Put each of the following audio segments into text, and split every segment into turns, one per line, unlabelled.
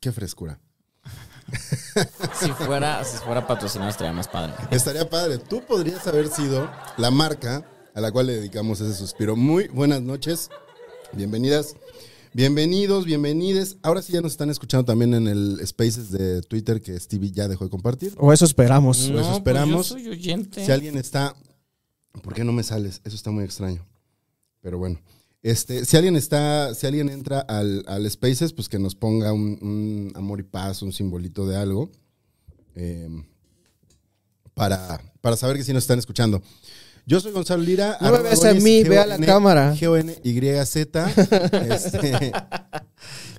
Qué frescura.
Si fuera, si fuera patrocinado estaría más padre.
Estaría padre. Tú podrías haber sido la marca a la cual le dedicamos ese suspiro. Muy buenas noches. Bienvenidas. Bienvenidos, bienvenides. Ahora sí ya nos están escuchando también en el Spaces de Twitter que Stevie ya dejó de compartir.
O eso esperamos.
eso esperamos.
pues yo soy oyente.
Si alguien está. ¿Por qué no me sales? Eso está muy extraño. Pero bueno. Este, si alguien está, si alguien entra al, al Spaces, pues que nos ponga un, un amor y paz, un simbolito de algo. eh, para, para saber que sí nos están escuchando. Yo soy Gonzalo Lira.
No me
arroba
ves a
Gonis,
mí, ve a la
G-O-N-
cámara.
G-O-N-Y-Z. Este,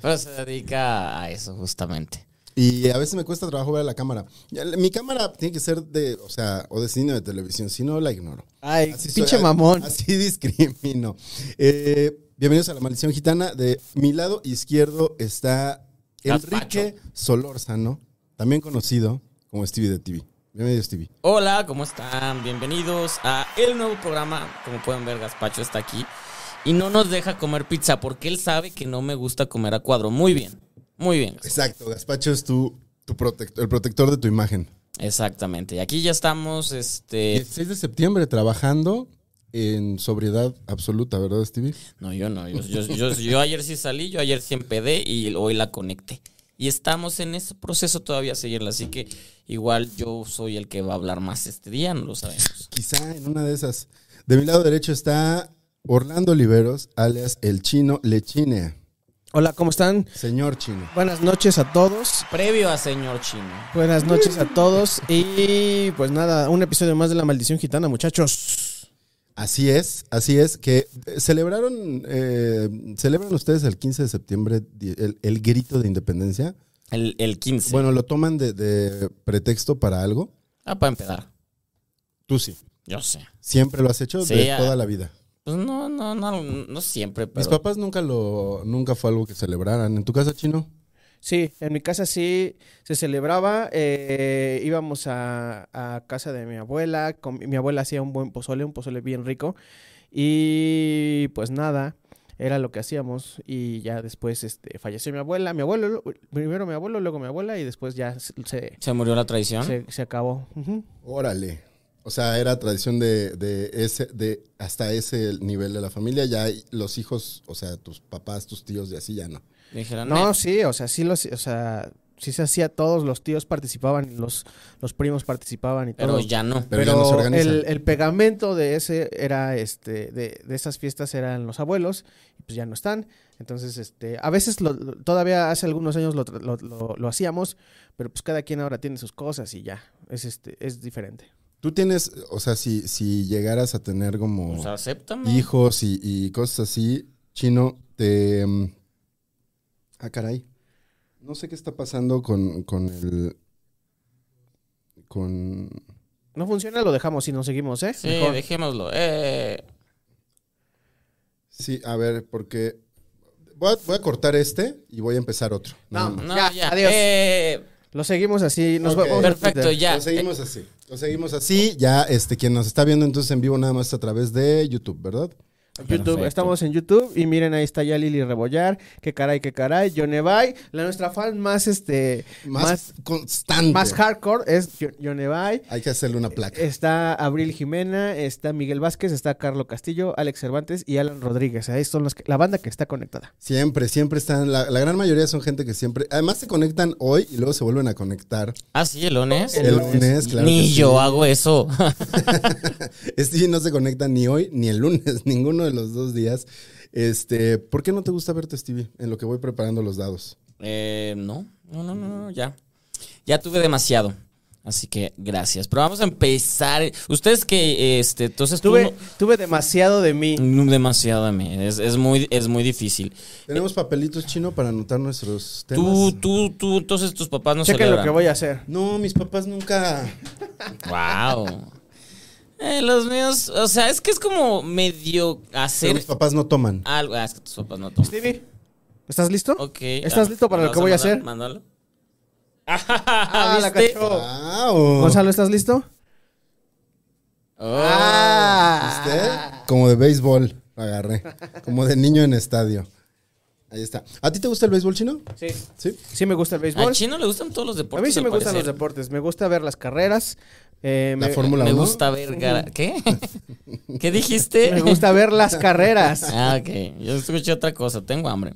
Pero se dedica a eso justamente.
Y a veces me cuesta trabajo ver a la cámara. Ya, Mi cámara tiene que ser de, o sea, o de cine o de televisión, si no la ignoro.
Ay,
Así soy- ah.
pinche mamón.
Así discrimino. Eh, bienvenidos a la maldición gitana. De mi lado izquierdo está Enrique Solórzano, también conocido como Stevie de TV. Bienvenido, Stevie.
Hola, ¿cómo están? Bienvenidos a el nuevo programa. Como pueden ver, Gaspacho está aquí y no nos deja comer pizza porque él sabe que no me gusta comer a cuadro. Muy bien, muy bien. Gaspacho.
Exacto, Gaspacho es tu, tu protector, el protector de tu imagen.
Exactamente. Y aquí ya estamos, este...
16 de septiembre trabajando en sobriedad absoluta, ¿verdad, Stevie?
No, yo no. Yo, yo- yo- yo ayer sí salí, yo ayer sí empedé y hoy la conecté. Y estamos en ese proceso todavía a seguirla, así que igual yo soy el que va a hablar más este día, no lo sabemos.
Quizá en una de esas. De mi lado derecho está Orlando Oliveros, alias el chino Lechine.
Hola, ¿cómo están?
Señor chino.
Buenas noches a todos.
Previo a señor chino.
Buenas noches a todos. Y pues nada, un episodio más de La Maldición Gitana, muchachos.
Así es, así es. Que eh, celebraron, eh, celebran ustedes el 15 de septiembre di- el, el grito de independencia.
El, el 15.
Bueno, lo toman de, de pretexto para algo.
Ah, para empezar.
Tú sí.
Yo sé.
Siempre lo has hecho
Sí,
de
ah.
toda la vida.
Pues no, no, no, no siempre,
Mis
pero.
papás nunca lo, nunca fue algo que celebraran. ¿En tu casa, chino?
Sí, en mi casa sí se celebraba. eh, íbamos a, a casa de mi abuela. con- mi abuela hacía un buen pozole, un pozole bien rico. Y pues nada, era lo que hacíamos. Y ya después este, falleció mi abuela. Mi abuelo, lo- primero mi abuelo, luego mi abuela. Y después ya se, se,
Se murió la traición.
se- se acabó. Ujú.
Órale. O sea, era tradición de, de ese, de hasta ese nivel de la familia. Ya hay los hijos, o sea, tus papás, tus tíos y así ya no.
Dijeron,
No,
"Eh".
sí, o sea, sí los, o sea, sí se hacía todos, los tíos participaban, y los, los primos participaban y todo.
pero ya no.
Pero
Pero,
ya no se organiza.
el, el pegamento de ese era este, de, de esas fiestas eran los abuelos, y pues ya no están. Entonces, este, a veces lo- lo- todavía hace algunos años lo, tra- lo- lo- lo hacíamos, pero pues cada quien ahora tiene sus cosas y ya. Es este, es diferente.
Tú tienes, o sea, si, si llegaras a tener como
Pues acéptame.
hijos y, y cosas así, chino, te... mm, Ah, caray. No sé qué está pasando con, con el... Con...
No funciona, lo dejamos y nos seguimos, ¿eh?
Sí,
Mejor.
dejémoslo. Eh,
Sí, a ver, porque... Voy a, voy a cortar este y voy a empezar otro.
No,
más.
no,
Ya,
ya.
adiós.
Eh,
Lo seguimos así, nos va-
Ok.
vamos a
perfecto,
Twitter.
ya.
Lo seguimos así. Lo seguimos así. Ya, este, quien nos está viendo entonces en vivo nada más a través de YouTube, ¿verdad?
YouTube,
Perfecto.
estamos en YouTube y miren ahí está ya Lili Rebollar, que caray, que caray, Yonevay, la nuestra fan más este más
Más, constante.
más Eh, hardcore es Yo- Yonevay.
Hay que hacerle una placa.
Está Abril Jimena, está Miguel Vázquez, está Carlo Castillo, Alex Cervantes y Alan Rodríguez. Ahí son los que- la banda que está conectada.
Siempre, siempre están. La, la gran mayoría son gente que siempre. Además, se conectan hoy y luego se vuelven a conectar.
Ah, sí, el lunes.
El lunes, Eh, claro.
Ni
que
yo
sí.
hago eso.
Stevie no se conecta ni hoy ni el lunes, ninguno de los dos días. Este, ¿Por qué no te gusta verte, Stevie? En lo que voy preparando los dados.
Eh, no, no, no, no, no, ya. Ya tuve demasiado. Así que gracias. Pero vamos a empezar. Ustedes que, este, entonces tú
Tuve, tuve demasiado de mí.
no- no Mm, demasiado a mí. Es, es muy, es muy difícil.
Tenemos papelitos chino para anotar nuestros temas.
Tú, tú, tú, entonces tus papás no
Chequen lo
celebran.
que voy a hacer.
No, mis papás nunca.
Wow. Eh, los míos, o sea, es que es como medio
Pero
hacer
mis papás no toman.
algo. Ah, es que tus papás no toman.
Stevie, ¿estás listo?
Ok.
¿Estás
ah,
listo para
¿me
lo que
vas
voy a
mandar-
hacer?
Mándalo.
Ah, la
¿viste?
cachó.
Wow.
Gonzalo, ¿estás listo?
Oh.
Ah,
Ah.
¿Viste? Como de béisbol, lo agarré. Como de niño en estadio. Ahí está. ¿A ti te gusta el béisbol chino?
Ah. Sí.
Sí.
Sí, me gusta el
A
béisbol.
Chino le gustan todos los
A
deportes.
mí sí
al
me gustan los
parecer.
deportes. Me gusta ver las carreras. eh,
La
me,
Fórmula
Me
1.
gusta ver. gara- ¿Qué? ¿Qué dijiste?
me gusta ver las carreras.
Ah, ok. Yo escuché otra cosa. Tengo hambre.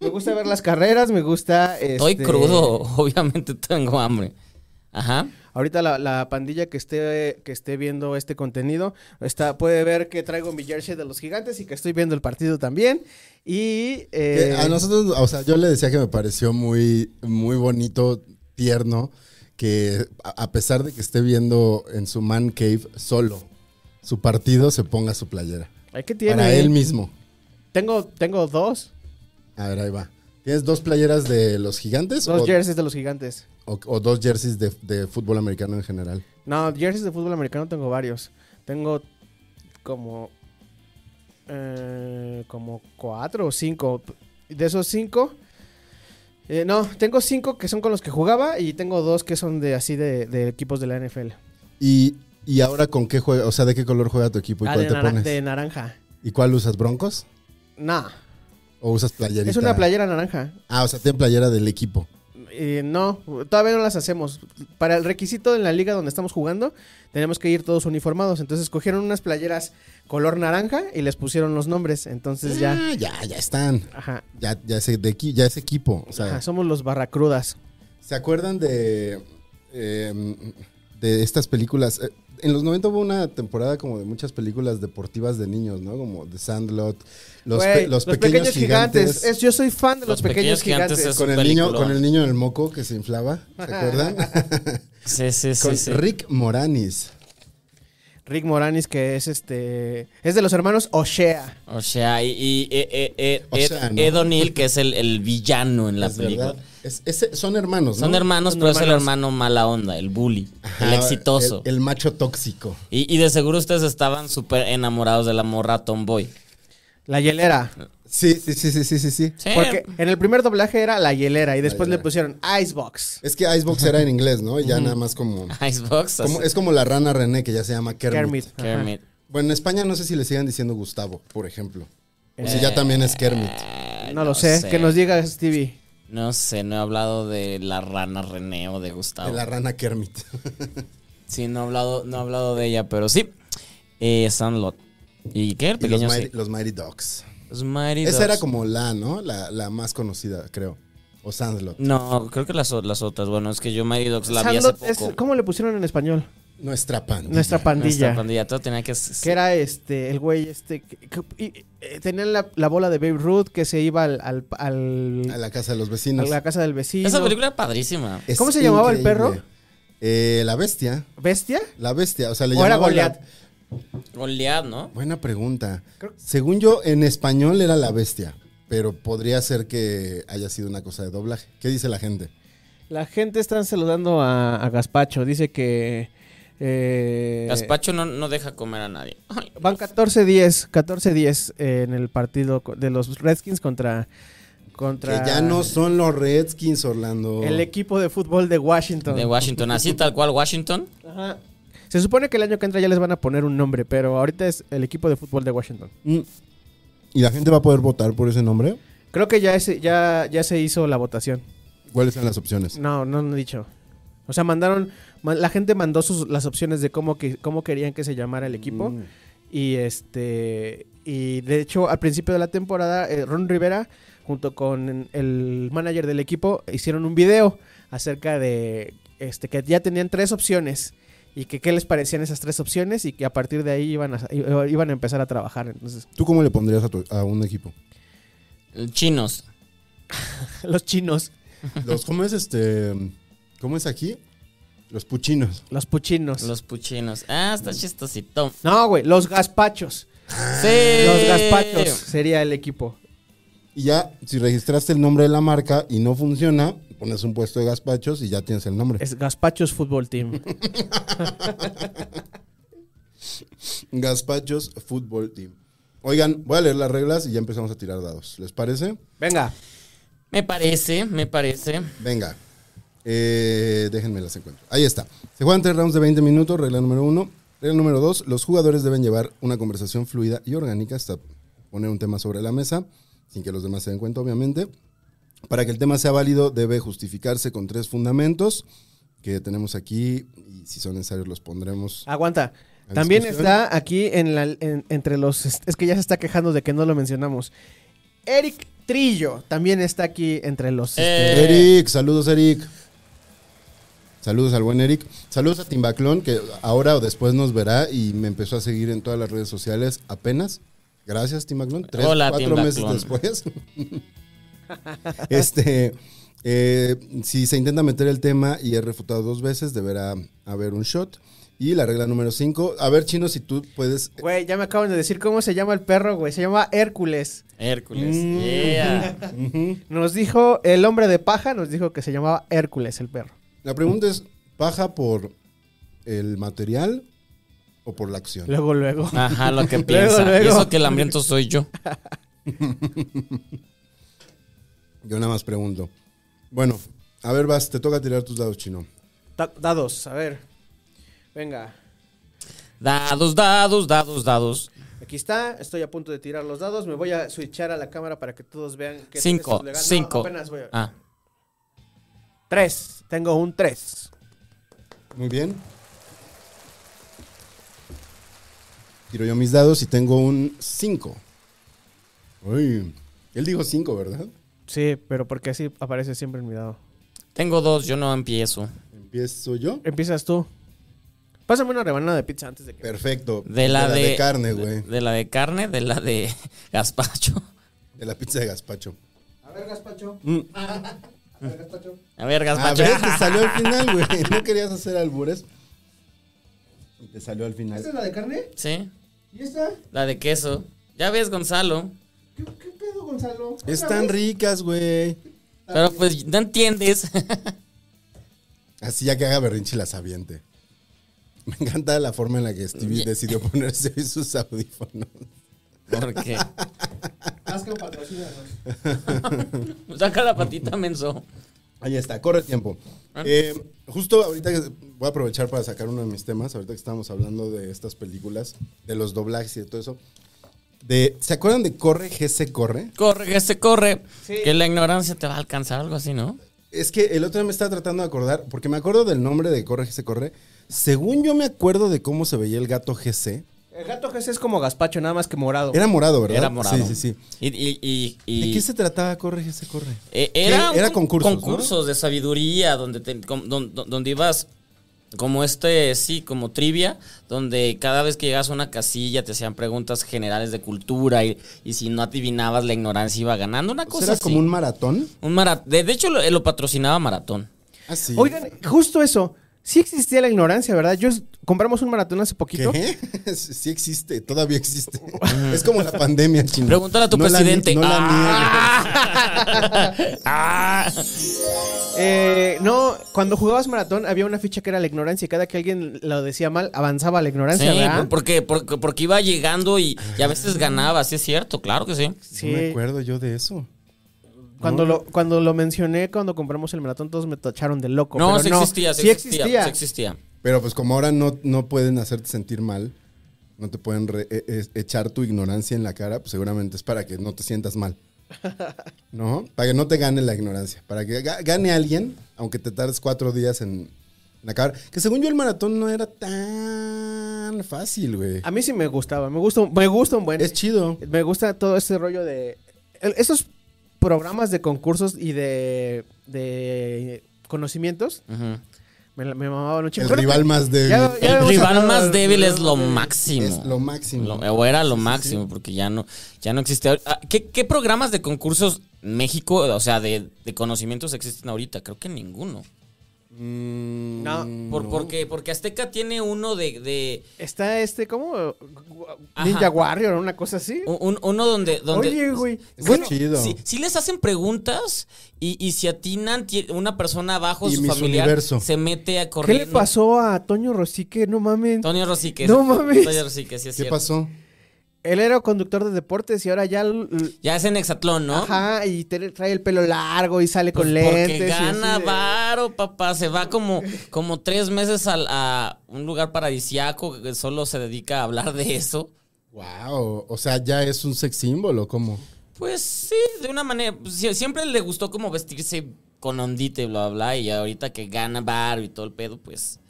Me gusta ver las carreras. Me gusta.
Estoy
este,
crudo. Obviamente tengo hambre. Ajá.
Ahorita la, la pandilla que esté, que esté viendo este contenido está, puede ver que traigo mi jersey de los gigantes y que estoy viendo el partido también. Y
Que
eh,
a nosotros, o sea, yo le decía que me pareció muy, muy bonito, tierno, que a a pesar de que esté viendo en su man cave solo su partido, se ponga su playera.
ay, ¿eh, ¿qué tiene?
Para él mismo.
Tengo, tengo dos,
A ver, ahí va. ¿Tienes dos playeras de los gigantes?
dos
o,
jerseys de los gigantes.
o- o dos jerseys de, de fútbol americano en general.
No, jerseys de fútbol americano tengo varios. Tengo como. eh, como cuatro o cinco. De esos cinco. eh, no, tengo cinco que son con los que jugaba y tengo dos que son de así de, de equipos de la NFL.
¿Y, y ahora con qué juega? O sea, ¿de qué color juega tu equipo y
Ah,
cuál
de,
te
nara-
pones?
de naranja.
¿Y cuál usas? ¿Broncos?
Nah,
¿O usas playerita?
es una playera naranja.
Ah, o sea, tiene playera del equipo.
Eh, no, todavía no las hacemos. Para el requisito en la liga donde estamos jugando, tenemos que ir todos uniformados. Entonces cogieron unas playeras color naranja y les pusieron los nombres. Entonces ya.
Ah, ya, ya están.
Ajá.
Ya, ya, ese, de equi- ya ese equipo. O sea,
Ajá, somos los barracrudas.
¿Se acuerdan de, eh, de estas películas? Eh, En los 90 hubo una temporada como de muchas películas deportivas de niños, ¿no? Como The Sandlot, Los,
Güey,
pe- los pequeños, gigantes.
Es- yo soy fan de los,
Los
pequeños,
Pequeños Gigantes
gigantes.
es-
con,
un
el niño,
peliculón.
con el niño en el moco que se inflaba, ¿se acuerdan?
Sí, sí, sí.
con
sí.
Rick Moranis.
Rick Moranis, que es este. Es de los hermanos O'Shea.
O sea, y, y- eh, eh, eh,
O
Ed,
sea, ¿no?
Ed O'Neill, que es el, el villano en la
Es
película.
verdad. Es- es- son hermanos, ¿no?
Son hermanos,
Son
pero es el
hermanos.
hermano mala onda, el bully,
Ajá,
el exitoso.
El, el macho tóxico.
Y, y de seguro ustedes estaban súper enamorados de la morra Tomboy.
La hielera.
Sí, sí, sí, sí, sí, sí, sí.
Sí.
Porque en el primer doblaje era la hielera y después
hielera.
le pusieron Icebox.
Es que Icebox era en inglés, ¿no? Y ya nada más como...
Icebox.
como-
así.
es como la rana René que ya se llama
Kermit.
Kermit.
Ajá.
Kermit.
Bueno, en España no sé si le sigan diciendo Gustavo, por ejemplo. O si
Eh,
ya también es Kermit.
Eh,
No, lo sé. Que nos diga Stevie.
No sé, no he hablado de la rana René o de Gustavo.
De la rana Kermit.
Sí, no he hablado, no he hablado de ella, pero sí. Eh, Sandlot. ¿Y qué? El
y los
pequeño
Mighty,
sí.
los Mighty Dogs.
Los Mighty Ducks.
Esa era como la, ¿no? La, la más conocida, creo. O Sandlot.
No, creo que las, o- las otras. Bueno, es que yo Mighty Dogs la vi hace
Sandlot
poco.
es- ¿Cómo le pusieron en español?
Nuestra pandilla.
Nuestra pandilla.
Nuestra pandilla. Todo tenía que...
Que era este, el güey este. que- que- y, eh, tenían la, la bola de Babe Ruth que se iba al, al- al-
A la casa de los
a
vecinos.
la casa del vecino.
Esa película era padrísima.
Es
¿Cómo se llamaba el perro?
Eh, la bestia.
¿Bestia?
La bestia. O sea, le
¿O era
llamaba la-
Goliat?
Goliath, ¿no?
Buena pregunta.
Creo-
Según yo, en español era la bestia. Pero podría ser que haya sido una cosa de doblaje. ¿Qué dice la gente?
La gente está saludando a, a Gaspacho. Dice que. eh,
Gaspacho no, no deja comer a nadie. Ay,
Van 14-10, 14-10 eh, en el partido co- de los Redskins contra. contra
Que ya no son los Redskins, Orlando.
El equipo de fútbol de Washington.
de Washington, así tal cual Washington.
Ajá. Se supone que el año que entra ya les van a poner un nombre, pero ahorita es el equipo de fútbol de Washington.
Mm. ¿Y la gente va a poder votar por ese nombre?
Creo que ya, ese- ya, ya se hizo la votación.
¿Cuáles son las opciones?
No, no, no he dicho. O sea, mandaron. ma- La gente mandó sus, las opciones de cómo, que, cómo querían que se llamara el equipo.
Mm.
Y este. Y de hecho, al principio de la temporada, eh, Ron Rivera, junto con el manager del equipo, hicieron un video acerca de este que ya tenían tres opciones. Y que qué les parecían esas tres opciones. Y que a partir de ahí iban a, i- iban a empezar a trabajar. Entonces,
¿Tú cómo le pondrías a, tu- a un equipo?
Chinos.
Los chinos,
Los, ¿Cómo es este? ¿Cómo es aquí? Los puchinos.
los puchinos.
Los puchinos. Ah, está chistosito.
No, güey, los gazpachos.
Sí.
Los
Eh.
gazpachos sería el equipo.
Y ya, si registraste el nombre de la marca y no funciona, pones un puesto de gazpachos y ya tienes el nombre.
Es Gazpachos Fútbol Team.
Gazpachos Fútbol Team. Oigan, voy a leer las reglas y ya empezamos a tirar dados. ¿Les parece?
Venga,
Me parece, me parece.
Venga. Eh, déjenme las encuentro. Ahí está. Se juegan tres rounds de 20 minutos, regla número uno. Regla número dos, los jugadores deben llevar una conversación fluida y orgánica hasta poner un tema sobre la mesa, sin que los demás se den cuenta, obviamente. Para que el tema sea válido, debe justificarse con tres fundamentos que tenemos aquí y si son necesarios los pondremos.
aguanta.
¿La
También
discusión?
está aquí en la, en- entre los... Es que ya se está quejando de que no lo mencionamos. Eric Trillo también está aquí entre los... este,
Eh.
Eric, saludos Eric. Saludos al buen Eric. Saludos a Timbaclón, que ahora o después nos verá y me empezó a seguir en todas las redes sociales apenas. Gracias, Timbaclón. Tres,
Hola,
cuatro
Timbaclón.
meses después. este, eh, si se intenta meter el tema y es refutado dos veces, deberá haber un shot. Y la regla número cinco. A ver, Chino, si tú puedes.
Güey, ya me acaban de decir cómo se llama el perro, güey. Se llama Hércules.
Hércules.
Mm.
Yeah.
Ujú.
Nos dijo el hombre de paja, nos dijo que se llamaba Hércules el perro.
La pregunta es: ¿paja por el material o por la acción?
Luego, luego.
Ajá, lo que piensa.
luego.
Y eso que el hambriento soy yo.
Yo nada más pregunto. Bueno, a ver, vas, te toca tirar tus dados, chino.
Da- dados, a ver. Venga.
Dados, dados, dados, dados.
Aquí está, estoy a punto de tirar los dados. Me voy a switchar a la cámara para que todos vean que
Cinco,
esto es legal. No,
cinco.
apenas voy a-
Ah,
Tres, tengo un tres.
Muy bien. Tiro yo mis dados y tengo un 5. Uy, él dijo 5, ¿verdad?
Sí, pero porque así aparece siempre en mi dado.
tengo dos, yo no empiezo.
Empiezo yo.
Empiezas tú. Pásame una rebanada de pizza antes de que.
Perfecto.
De la de,
carne, güey.
De la de carne, de la de gazpacho.
De la pizza de gazpacho.
A ver, Gaspacho.
A ver,
A
gazpacho.
ver, Ah, te salió al final, güey. No querías hacer albures. Y te salió al final.
la de carne?
Sí,
¿Y esta?
la de queso. Ya ves, Gonzalo.
¿Qué, pedo, Gonzalo?
Están ricas, güey.
Pero pues no entiendes.
Así ya que haga berrinche y las aviente. Me encanta la forma en la que Stevie decidió ponerse sus audífonos.
Porque
Haz que patrocínanos.
saca la patita, menso.
Ahí está, corre el tiempo.
Ah.
Eh, justo ahorita que- voy a aprovechar para sacar uno de mis temas, ahorita que estábamos hablando de estas películas, de los doblajes y de todo eso. De, ¿Se acuerdan de Corre, GC Corre?
Corre, que se corre.
Sí.
Que la ignorancia te va a alcanzar, algo así, ¿no?
Es que el otro día me estaba tratando de acordar, porque me acuerdo del nombre de Corre, GC Corre. Según yo me acuerdo de cómo se veía el gato GC.
El gato Jesús es como Gaspacho, nada más que morado.
Era morado, ¿verdad?
Era morado.
Sí, sí, sí.
Y, y- y- y-
¿De qué se trataba Corre, GC Corre?
Eh, era
Era
un
concursos, ¿no?
concursos de sabiduría donde, te- com- don- don- donde ibas como este, sí, como trivia, donde cada vez que llegas a una casilla te hacían preguntas generales de cultura y, y si no adivinabas la ignorancia iba ganando, una cosa
¿Será
así.
como un maratón? Ah,
Un mara- de, de hecho lo, lo patrocinaba Maratón.
Así.
Oigan, justo eso. Sí existía la ignorancia, ¿verdad? Yo compramos un maratón hace poquito.
¿Qué? Sí existe, todavía existe. es como la pandemia, chino.
Pregúntale a tu
No la
presidente.
nie- no la niegues.
¡Ah! ¡Ah!
Eh, no, cuando jugabas maratón había una ficha que era la ignorancia y cada que alguien lo decía mal avanzaba la ignorancia,
Sí,
¿verdad?
porque, porque, porque iba llegando y, y a veces ganaba, sí es cierto, claro que sí.
Sí.
No me acuerdo yo de eso.
Cuando lo cuando lo mencioné cuando compramos el maratón todos me tacharon de loco.
No,
pero
sí existía, sí,
sí
existía, sí
existía.
existía.
Pero pues como ahora no, no pueden hacerte sentir mal, no te pueden re- e- e- echar tu ignorancia en la cara, pues seguramente es para que no te sientas mal. ¿No? Para que no te gane la ignorancia. Para que ga- gane alguien, aunque te tardes cuatro días en, en acabar. Que según yo el maratón no era tan fácil, güey.
A mí sí me gustaba, me gusta un- me gusta un buen
Es chido.
Me gusta todo ese rollo de. el- Esos programas de concursos y de. de conocimientos.
Ujú.
Me, la- me mamaban un chingo.
El
Creo que-
rival más débil.
ya- ya
El
hemos
rival
hablado
más
del
débil es lo
rival más
máximo.
Es lo máximo.
Lo- o era lo máximo, porque ya no, ya no existe. Ah, ¿Qué, qué programas de concursos México, o sea, de, de conocimientos existen ahorita. Creo que ninguno.
No.
Por, porque, porque Azteca tiene uno de, de-
Está este, ¿cómo? Gua-
Ajá.
Ninja Warrior, una cosa así.
un- uno donde, donde
Oye, güey.
Es
Bueno,
chido.
Si, si les hacen preguntas y, y si atinan, ti- una persona abajo,
Y
su
Miss
familiar,
Universo.
se mete a
¿qué
correr.
le pasó a Toño Rosique? No mamen.
Antonio Rosique.
No mames.
Antonio Rosique, sí es
¿Qué
cierto.
pasó?
Él era conductor de deportes y ahora ya. l- l-
Ya es en Hexatlón, ¿no?
Ajá, y te- trae el pelo largo y sale
Pues
con lentes.
porque
y así
gana
de-
varo, papá. Se va como, como tres meses al- a un lugar paradisiaco que solo se dedica a hablar de eso.
Wow, o sea, ya es un sex símbolo, ¿cómo?
Pues sí, de una manera. pues, sí, siempre le gustó como vestirse con ondita y bla, bla, bla. Y ahorita que gana bar y todo el pedo, pues.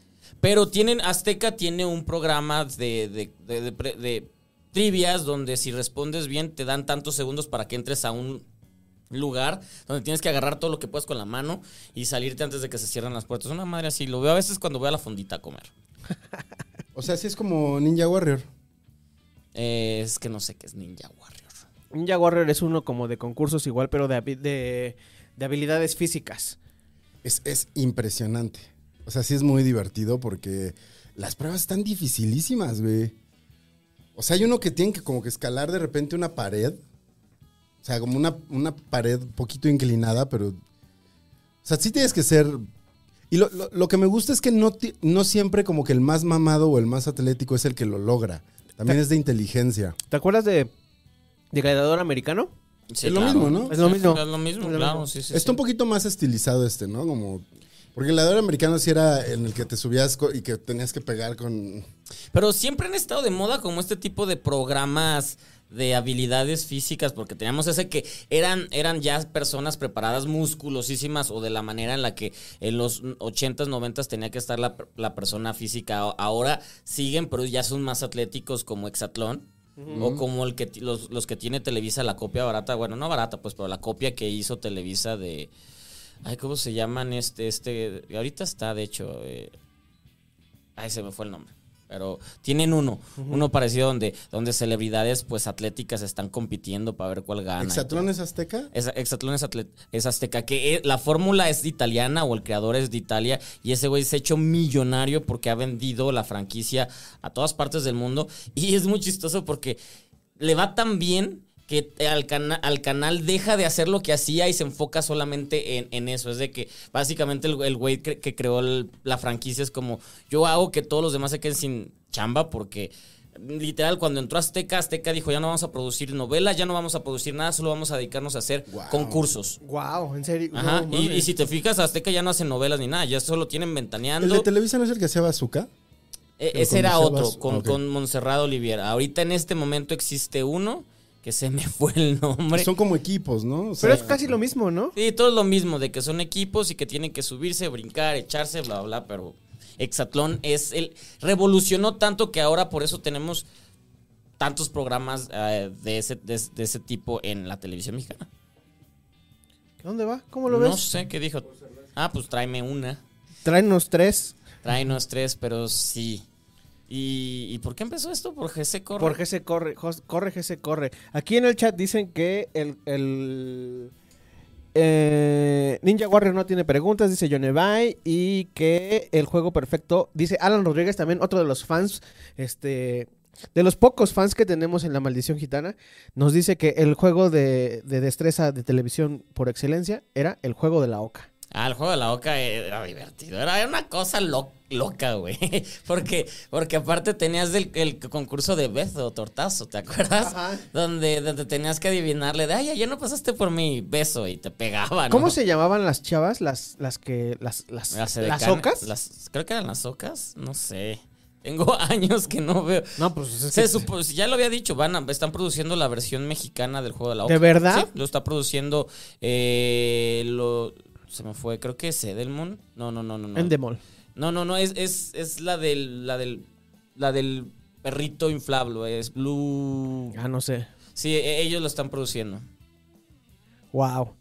Pero tienen, Azteca tiene un programa de, de- de- de pre- de trivias donde si respondes bien te dan tantos segundos para que entres a un lugar donde tienes que agarrar todo lo que puedas con la mano y salirte antes de que se cierren las puertas. Una madre así, lo veo a veces cuando voy a la fondita a comer.
O sea, sí es como Ninja Warrior.
Eh, es que no sé qué es Ninja Warrior.
Ninja Warrior es uno como de concursos igual, pero de, habi- de, de habilidades físicas.
Es, es impresionante. O sea, sí es muy divertido porque las pruebas están dificilísimas, güey. O sea, hay uno que tiene que como que escalar de repente una pared. O sea, como una, una pared un poquito inclinada, pero... O sea, sí tienes que ser... Y lo, lo- lo que me gusta es que no, ti- no siempre como que el más mamado o el más atlético es el que lo logra. También es de inteligencia.
¿Te acuerdas de, de Gladiador Americano?
Sí,
Es lo mismo, ¿no?
Es lo
Sí,
mismo.
Es lo mismo,
Es lo
claro.
mismo.
sí, sí,
Está
sí.
un poquito más estilizado este, ¿no? Como. Porque el ladrón americano sí era en el que te subías co- y que tenías que pegar con.
Pero siempre han estado de moda como este tipo de programas de habilidades físicas, porque teníamos ese que eran, eran ya personas preparadas musculosísimas o de la manera en la que en los 80s, 90s tenía que estar la, la persona física. Ahora siguen, pero ya son más atléticos como Hexatlón. O como el que ti- los, los que tiene Televisa la copia barata, bueno, no barata, pues, pero la copia que hizo Televisa de. Ay, ¿cómo se llaman este, este? Ahorita está, de hecho. eh, Ay, se me fue el nombre. Pero tienen uno, uno parecido donde, donde celebridades pues atléticas están compitiendo para ver cuál gana.
¿Hexatlón es azteca?
Es, Exatlón es, atlet- es azteca, que eh, la fórmula es italiana o el creador es de Italia y ese güey se ha hecho millonario porque ha vendido la franquicia a todas partes del mundo y es muy chistoso porque le va tan bien que eh, al, cana- al canal deja de hacer lo que hacía y se enfoca solamente en, en eso. Es de que básicamente el, el güey cre- que creó el- la franquicia es como yo hago que todos los demás se queden sin chamba porque... Literal, cuando entró Azteca, Azteca dijo, ya no vamos a producir novelas, ya no vamos a producir nada, solo vamos a dedicarnos a hacer
Guau.
concursos.
Wow, en serio.
Ajá,
No,
y,
mames.
y si te fijas, Azteca ya no hace novelas ni nada, ya solo tienen ventaneando.
¿El de Televisa no es el que hacía bazooka?
E-
Pero
ese
con
era
Monserrat-
otro, con,
ok.
con Montserrat Oliviera. Ahorita en este momento existe uno que se me fue el nombre.
Son como equipos, ¿no? O sea,
Pero es casi lo mismo, ¿no?
Sí, todo es lo mismo, de que son equipos y que tienen que subirse, brincar, echarse, bla, bla, bla, pero Exatlón es el... Revolucionó tanto que ahora por eso tenemos tantos programas eh, de, ese, de, de ese tipo en la televisión mexicana.
¿Dónde va? ¿Cómo lo
No
ves?
sé qué dijo. Ah, pues tráeme una.
Tráenos tres.
Tráenos tres, pero sí. ¿Y, y por qué empezó esto? Por GC Corre.
¿Por qué se corre? Jos- Corre, que se corre. Aquí en el chat dicen que el. el, eh, Ninja Warrior no tiene preguntas, dice Yonevay. Y que el juego perfecto, dice Alan Rodríguez, también otro de los fans. Este. De los pocos fans que tenemos en La Maldición Gitana, nos dice que el juego de, de destreza de televisión por excelencia era el juego de la oca.
Ah, el juego de la oca era divertido. Era era una cosa lo- loca, güey. Porque, porque aparte tenías el, el concurso de beso o tortazo, ¿te acuerdas?
Ajá.
Donde, donde tenías que adivinarle de, ay, ayer no pasaste por mi beso y te pegaban.
¿Cómo se llamaban las chavas? Las, las que. Las, las, las
Las, edecanes-
ocas.
Las, creo que eran las ocas, no sé. Tengo años que no veo.
No, pues es
Se
que-
supo- ya lo había dicho, van a- están produciendo la versión mexicana del juego de la Oca.
¿De verdad?
Sí, lo está produciendo eh, lo se me fue, creo que es Edelmon. No, no, no, no, no.
Endemol.
No, no, no, es, es, es la del la del la del perrito inflable, es Blue.
Ah, no sé.
Sí, e- ellos lo están produciendo.
Wow.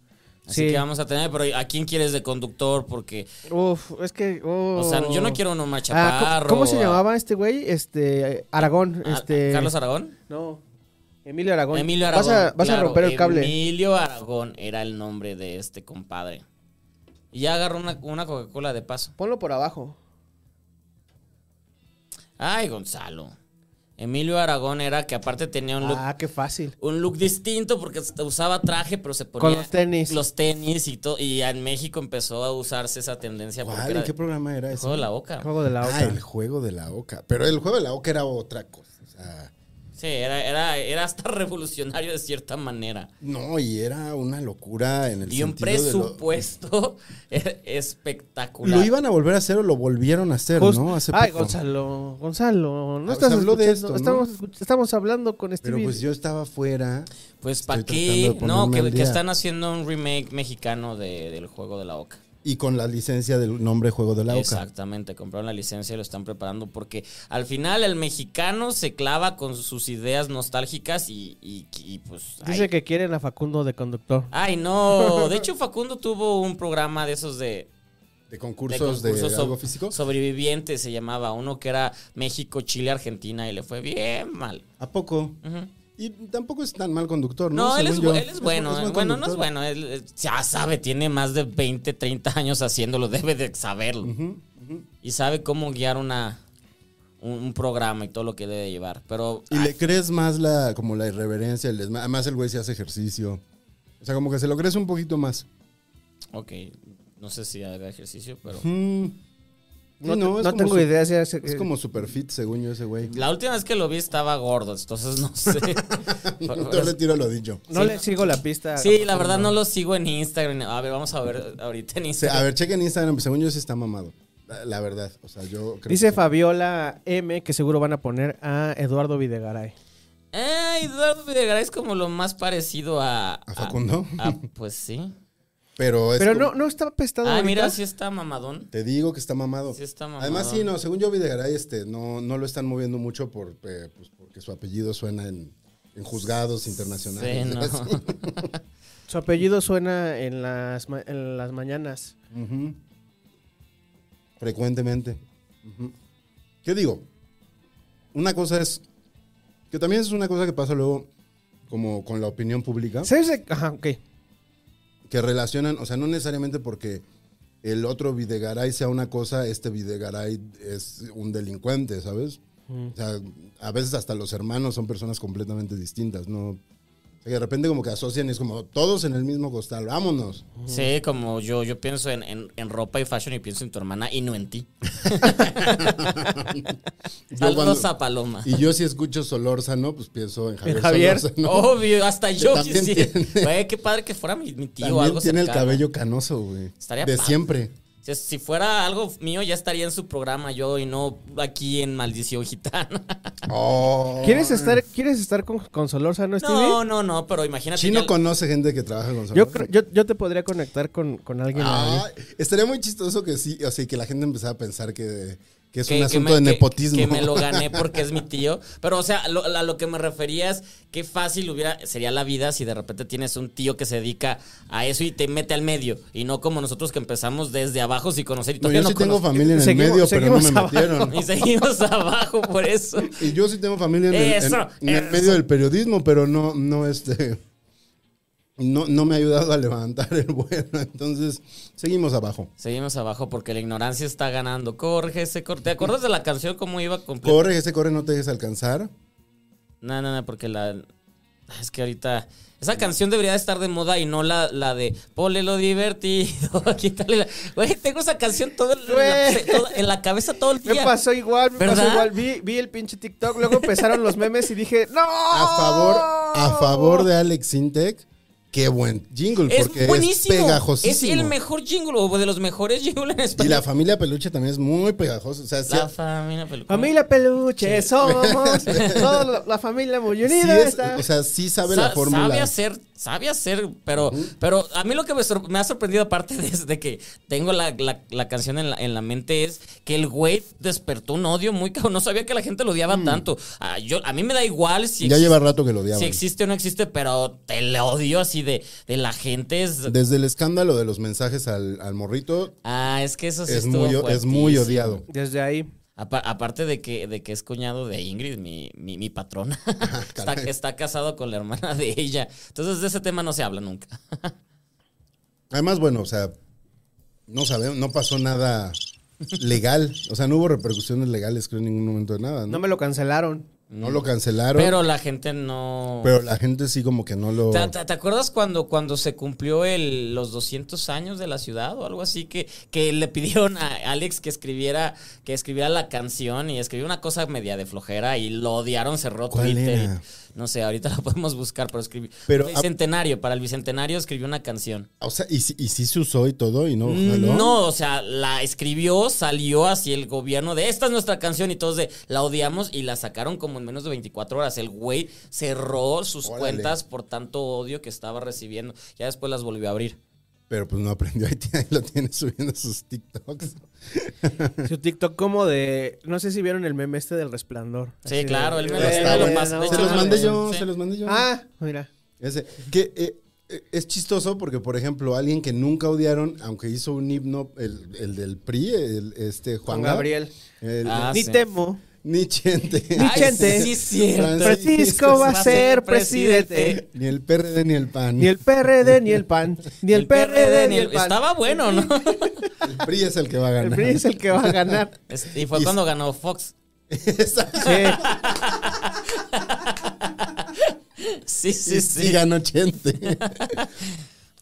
Así que vamos a tener, pero ¿a quién quieres de conductor? Porque,
Uf, es que. oh.
o sea, yo no quiero uno más
Ah, ¿cómo-
chaparro.
¿Cómo se
a-
llamaba este güey? Este. Aragón.
a- a
este.
Carlos Ah, Aragón.
No. Emilio Aragón.
Emilio
Vas
Aragón.
a, vas a
claro,
romper el cable.
Emilio Aragón era el nombre de este compadre. Y ya agarró una, una Coca-Cola de paso.
Ponlo por abajo.
Ay, Gonzalo. Emilio Aragón era que aparte tenía un look,
Ah, qué fácil.
un look distinto porque hasta usaba traje, pero se ponía
Con los tenis.
los tenis y todo. Y en México empezó a usarse esa tendencia porque
¿Cuál?
era
¿En qué
de-
programa era
el
eso?
juego de la boca.
Juego de la
Ah,
Oca.
el juego de la oca. Pero el juego de la oca era otra cosa. O sea,
Sí, era, era, era hasta revolucionario de cierta manera.
no, y era una locura en el
Y un
sentido de lo-
presupuesto espectacular.
Lo iban a volver a hacer o lo volvieron a hacer,
Just-
¿no? Hace
Ay,
poco.
Gonzalo, Gonzalo, no
Ah,
estás
se habló de
escuchando,
esto, ¿no?
Estamos, escuch- estamos hablando con
este
Pero
Stevie.
pues yo estaba afuera.
Pues para
Estoy tratando
qué,
de
no,
ponerme
que,
al
que
día.
están haciendo un remake mexicano de- del juego de la Oca.
Y con la licencia del nombre Juego de la Oca.
Exactamente, compraron la licencia y lo están preparando porque al final el mexicano se clava con sus ideas nostálgicas y, y- y, pues... ay.
Dice que quieren a Facundo de conductor.
Ay, no. De hecho, Facundo tuvo un programa de esos de,
De
de
concursos de,
concursos
algo
so-
físico.
Sobrevivientes se llamaba. Uno que era México, Chile, Argentina y le fue bien mal.
¿A poco?
Ujú.
Y tampoco es tan mal conductor, ¿no?
No, él, es,
Según yo.
bu- él es bueno.
buen
eh. bueno, no es
conductor.
bueno. Él, eh, ya sabe, tiene más de 20, 30 años haciéndolo. Debe de saberlo.
Ujú, ujú.
Y sabe cómo guiar una, un, un programa y todo lo que debe llevar. Pero
Y le crees más la, como la irreverencia, el desma- Además, el güey se hace ejercicio. O sea, como que se lo crees un poquito más.
Ok, no sé si haga ejercicio, pero...
Mm.
No,
Sí,
te-
es
no
como
tengo
su-
idea si hace-
Es como super fit, según yo, ese güey.
La última vez que lo vi estaba gordo, entonces no sé. Pero-
Yo le tiro lo dicho.
no le sigo la pista.
sí, la verdad no lo sigo en Instagram. A ver, vamos a ver ahorita en
O sea,
Instagram.
A ver, chequen Instagram, según yo sí está mamado. La, la verdad, o sea, yo creo
Dice
que-
Fabiola M que seguro van a poner a Eduardo Videgaray.
Eh, Eduardo Videgaray es como lo más parecido a...
¿A Facundo?
a- a- pues sí.
Pero, es
Pero
Pues como-
no, no está apestado.
Ah,
ahorita.
mira, sí está mamadón.
Te digo que está mamado.
Sí está mamado.
Además, sí, no, según yo, Videgaray este, no, no lo están moviendo mucho por, eh, pues, porque su apellido suena en, en juzgados
Sí,
internacionales.
no.
Su apellido suena en las, ma- en las mañanas.
Ujú. Frecuentemente. Ujú. ¿Qué digo? Una cosa es. Que también es una cosa que pasa luego, como con la opinión pública.
¿Sabes? de- Ajá, ok.
que relacionan, o sea, no necesariamente porque el otro Videgaray sea una cosa, este Videgaray es un delincuente, ¿sabes? O sea, a veces hasta los hermanos son personas completamente distintas, ¿no? O sea, que de repente como que asocian y es como todos en el mismo costal, vámonos.
Sí, como yo, yo pienso en, en- en ropa y fashion y pienso en tu hermana y no en ti.
Yo cuando-
Saludos a Paloma.
y yo si escucho Solórzano, pues pienso en Javier,
En Javier. Oh,
Solórzano.
Obvio, hasta yo
también
quisiera.
tiene-
Güey, qué padre que fuera mi, mi tío o
También
algo
tiene el
cercano.
cabello canoso, güey.
Estaría
De
padre.
siempre.
Si, si fuera algo mío, ya estaría en su programa yo y no aquí en Maldición Gitana.
Oh.
¿Quieres estar, ¿quieres estar con, con Solórzano, Stevie?
No, no, no, pero imagínate.
Chino
ya-
conoce gente que trabaja con
Yo,
Solórzano.
creo- yo, yo te podría conectar con, con alguien. ahí.
Ah, estaría muy chistoso que sí, o sea, que la gente empezara a pensar que, que es
que-
un
que
asunto
me-
de
que-
nepotismo.
Que, me lo gané porque es mi tío. Pero, o sea, lo- a lo que me refería es qué fácil hubiera, sería la vida si de repente tienes un tío que se dedica a eso y te mete al medio. Y no como nosotros que empezamos desde abajo sin conocer y
No,
todavía
yo
no,
sí tengo
conoce-
familia en el
Seguimos-
medio, pero no me
seguimos abajo.
metieron.
Y seguimos abajo por eso.
Y yo sí tengo familia en, el- en-
Eso,
en el
eso.
medio del periodismo, pero no, no este. No, no me ha ayudado a levantar el vuelo. Entonces, seguimos abajo.
Seguimos abajo porque la ignorancia está ganando. Corre, se corre. ¿Te acuerdas de la canción cómo iba completa?
Corre, ese corre no te dejes alcanzar.
No, no, no, porque la. Es que ahorita. Esa canción debería estar de moda y no la, la de ponle lo divertido, quítale la. Güey, tengo esa canción todo el-
Güey.
todo- en la cabeza todo el
Me
día.
pasó igual, me pasó
¿Verdad?
igual. Vi, vi el pinche TikTok, luego empezaron los memes y dije, ¡No!
A favor, a favor de Alex Intec. Qué buen jingle, porque
Es buenísimo.
es
Es,
pegajosísimo.
el mejor jingle o de los mejores jingles en
Y
español.
la familia peluche también es muy pegajosa. O sea, sí-
La familia peluca.
Familia Peluche, somos. Toda la, la familia muy
Sí
unida
es-
está.
o sea, sí sabe
Sa-
la fórmula.
Sabe hacer, sabe hacer, pero, pero a mí lo que me, sor- me ha sorprendido, aparte desde que tengo la, la- la canción en la, en la mente, es que el güey despertó un odio muy cabrón. No sabía que la gente lo odiaba tanto. Ah, yo, a mí me da igual si,
Mm. ya
exi-
lleva rato que lo
si
odiaban.
existe o no existe, pero te lo odio así de, de la gente. Es,
Desde el escándalo de los mensajes al, al morrito,
ah, es que eso sí
es
estuvo
muy, es muy
fuertísimo.
odiado.
Desde ahí.
Apa- aparte de que, de que es cuñado de Ingrid, mi, mi, mi patrona. está,
caray.
está casado con la hermana de ella. Entonces de ese tema no se habla nunca.
Además, bueno, o sea, no sabemos, no pasó nada legal. O sea, no hubo repercusiones legales, creo, en ningún momento de nada, ¿no?
No me lo cancelaron.
No lo cancelaron, pero,
Pero la gente no...
la gente sí como que no lo...
¿Te, te, te acuerdas cuando, cuando se cumplió el, los 200 años de la ciudad o algo así que, que le pidieron a Alex que escribiera que escribiera la canción y escribió una cosa media de flojera y lo odiaron, cerró
¿Cuál
Twitter. y-
era?
no sé, ahorita la podemos buscar, pero escribió
Pero-
Bicentenario, para el Bicentenario escribió una canción.
O sea, y, sí- y sí se usó y todo y no... jaló.
Mm, No, o sea, la escribió, salió así el gobierno de esta es nuestra canción y todos de la odiamos y la sacaron como en menos de 24 horas. El güey cerró sus
Órale.
cuentas por tanto odio que estaba recibiendo. Ya después las volvió a abrir.
Pero pues no aprendió, ahí, tiene- ahí lo tiene subiendo sus TikToks.
Su TikTok como de... No sé si vieron el meme este del resplandor. Así
Sí,
de-
claro, él me lo-
Bueno,
me lo pas-
no.
de hecho,
se los
me lo
mandé
pasó.
yo,
Sí.
se los mandé yo.
Ah, mira.
Ese, que eh, eh, es chistoso porque, por ejemplo, alguien que nunca odiaron, aunque hizo un himno, el, el del PRI, el, este Juan,
Juan Gabriel.
el-
Ah,
Ni
sí.
temo.
Ni Chente.
Ni Ay, Chente.
sí, cierto.
Francisco va a ser presidente.
Ni el PRD ni el PAN.
Ni el PRD, ni el PAN. Ni el PRD, ni el PAN.
Estaba bueno, ¿no?
El PRI es el que va a
El
ganar.
PRI es el que va a ganar.
Este, Y fue
Y-
cuando ganó Fox.
Esa-
Sí.
Sí, sí,
Y
sí.
ganó Chente.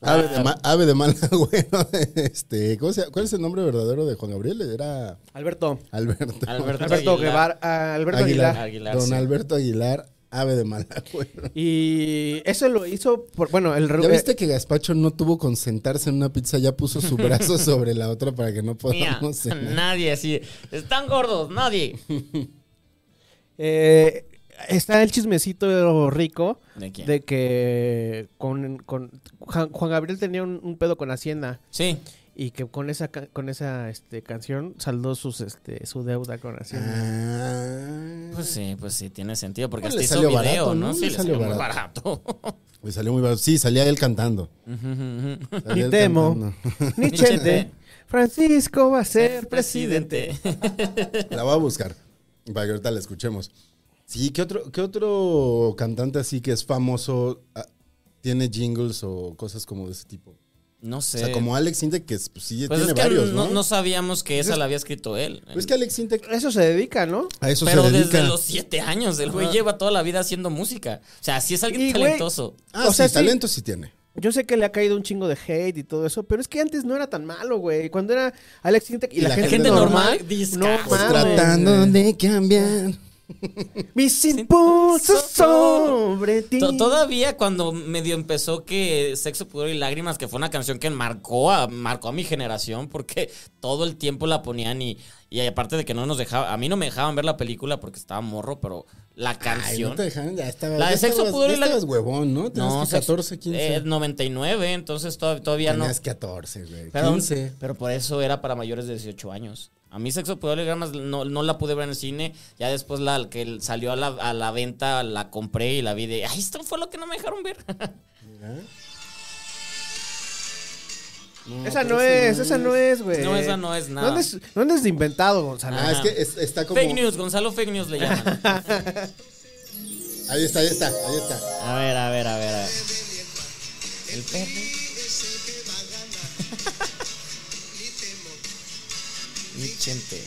Ave de, ma- ave de mal agüero. Este, ¿cómo se- ¿Cuál es el nombre verdadero de Juan Gabriel? Era
Alberto.
Alberto.
Alberto,
Alberto
Aguilar.
Guevara. ah, Alberto Aguilar.
Aguilar,
Don
sí.
Alberto Aguilar, ave de mal agüero.
Y eso lo hizo por, bueno, el
¿Ya viste que Gaspacho no tuvo con sentarse en una pizza? Ya puso su brazo sobre la otra para que no
Mira,
podamos cenar.
nadie así. Están gordos, nadie.
eh, está el chismecito rico
¿De quién?
de que con, con- Juan Juan Gabriel tenía un, un pedo con Hacienda
Sí.
y que con esa ca- con esa este, canción saldó sus este su deuda con Hacienda.
Ah.
Pues sí, pues sí, tiene sentido. Porque
Pues
hasta
le
hizo
salió
video,
barato,
¿no?
¿no?
Sí,
Le
le
salió
salió muy barato.
Me salió muy barato. Sí, salía él cantando. Salía
Ni
él
temo.
cantando.
Ni
Ni
Chente.
Chente.
Francisco va a ser presidente.
La voy a buscar para que ahorita la escuchemos. Sí, ¿qué otro, qué otro cantante así que es famoso ah, tiene jingles o cosas como de ese tipo?
No sé.
O sea, como Alex Intec, que es- pues, sí
pues
tiene
es que
varios,
no,
¿no?
no sabíamos que esa
Es-
la había escrito él.
Pero es que Alex Intec
Eso se dedica, ¿no?
a eso
Pero
se dedica.
desde los siete años, el güey lleva toda la vida haciendo música. O sea, sí es alguien
Y, güey,
talentoso.
Ah,
o sea,
sí,
sí.
talento sí tiene.
Yo sé que le ha caído un chingo de hate y todo eso, pero es que antes no era tan malo, güey. Cuando era Alex Intec y, la, gente, normal, Pues no mames.
discazo.
Pues Tratando de cambiar.
Mis impulsos sobre ti.
To- Todavía cuando medio empezó que Sexo, Pudor y Lágrimas, que fue una canción que marcó a, marcó a mi generación, porque todo el tiempo la ponían y, y aparte de que no nos dejaba, a mí no me dejaban ver la película porque estaba morro, pero la
Ay,
canción...
no te dejaron, ya estaba.
La de
ya
sexo,
estabas-
pudor y
ya
la-
estabas huevón, ¿no? Tenías que
Sexo-
14, 15.
eh, 99, entonces to- todavía no...
Tenías 14, güey.
Pero,
15.
pero por eso era para mayores de 18 años. A mí Sexo, Pudor y Lágrimas no, no la pude ver en el cine. Ya después la que salió a la, a la venta la compré y la vi de... ¡Ay, esto fue lo que no me dejaron ver!
Mira.
esa
pero
no es, esa no es, güey.
No, esa no es nada.
No andes, no andes de inventado, Gonzalo.
Ah, es que es- está como.
Fake news, Gonzalo Fake news le llaman.
Ahí está, ahí está, ahí está.
A ver, a ver, a ver, a ver. El perro. Mi chente.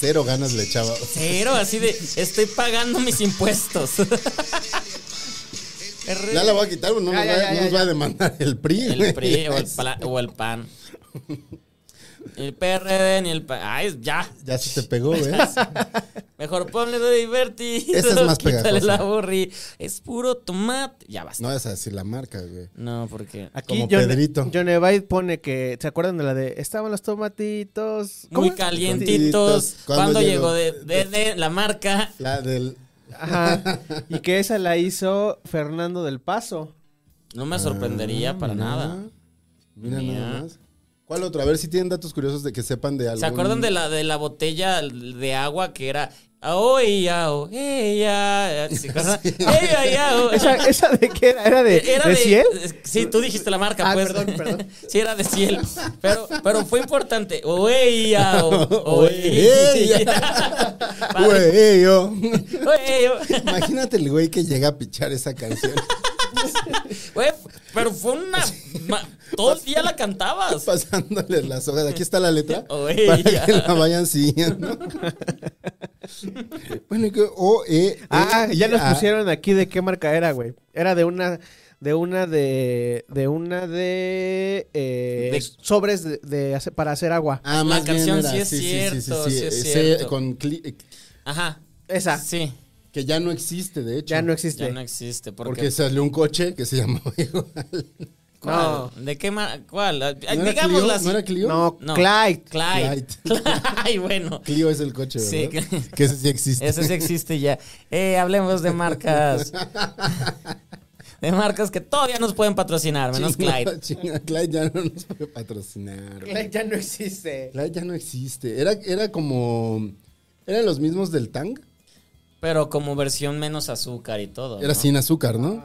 Cero ganas le echaba.
Cero, así de estoy pagando mis impuestos.
Ya la voy a quitar, no, nos,
Ya,
va,
ya, ya,
no nos
ya.
va a demandar el PRI. güey.
El PRI o el, pla- o el PAN. El PRD ni el PAN. Ay, ya.
Ya se te pegó, ¿ves?
Mejor ponle de divertido.
Esa es más
Quítale
pegajosa.
la burri. Es puro tomate. Ya basta.
No vas a decir la marca, güey.
No, porque.
Aquí
como
John,
Pedrito.
John Evite pone que, ¿se acuerdan de la de estaban los tomatitos? ¿Cómo
Muy
es?
calientitos.
Calientitos.
Cuando
¿Cuándo llegó?
llegó de, de- de la marca.
La del.
Ajá. Y que esa la hizo Fernando del Paso.
No me sorprendería
Ah,
para
mira.
nada.
Mira,
Mira.
nada más. ¿Cuál otro? A ver si tienen datos curiosos de que sepan de algo.
¿Se acuerdan de la, de la botella de agua que era Aoi, ao, hey, ya. ya, sí, ¿verdad? Hey, ya, ya, oh". o.
¿Esa, esa de qué era? ¿Era de,
Eh, Era
de Ciel?
Sí, tú dijiste la marca,
Ah,
pues.
perdón, perdón.
Sí, era de Ciel. Pero, pero fue importante. Oey, ya, o.
Oey,
Oey,
ya.
ya. Padre.
Güey, yo.
Oey, o.
Imagínate el güey que llega a pichar esa canción.
Güey, pero fue una. ma- todo el día la cantabas.
Pasándole las hojas. Aquí está la letra.
Oey,
para
ya.
que la vayan siguiendo. bueno, y que O, E. E,
Ah, ya nos
A.
pusieron aquí de qué marca era, güey. Era de una de una de de una de, eh,
De-
sobres de, de hace- para hacer agua.
Ah,
La
más bien
canción
era,
sí es cierto, sí es
ese
cierto.
con cli- eh,
Ajá.
Esa
Sí.
que ya no existe, de hecho.
ya no existe.
Ya no existe.
Porque
Porque.
salió un coche que se llamaba igual.
¿Cuál? ¿De qué mar- ¿Cuál? Ah,
¿No era
Digámosla
Clio?
así.
¿No era Clio?
No,
No.
Clyde.
Clyde. Ay, bueno.
Clio es el coche,
Sí,
¿verdad?
que-
que ese sí existe.
Eso sí existe ya. Eh, hablemos de marcas. De marcas que todavía nos pueden patrocinar, menos
Chinga,
Clyde.
chinga, Clyde ya no nos puede patrocinar.
Clyde
Clyde.
ya no existe.
ya no existe. Era, era como... ¿Eran los mismos del Tang?
Pero como versión menos azúcar y todo.
Era
¿no?
sin azúcar, ¿no?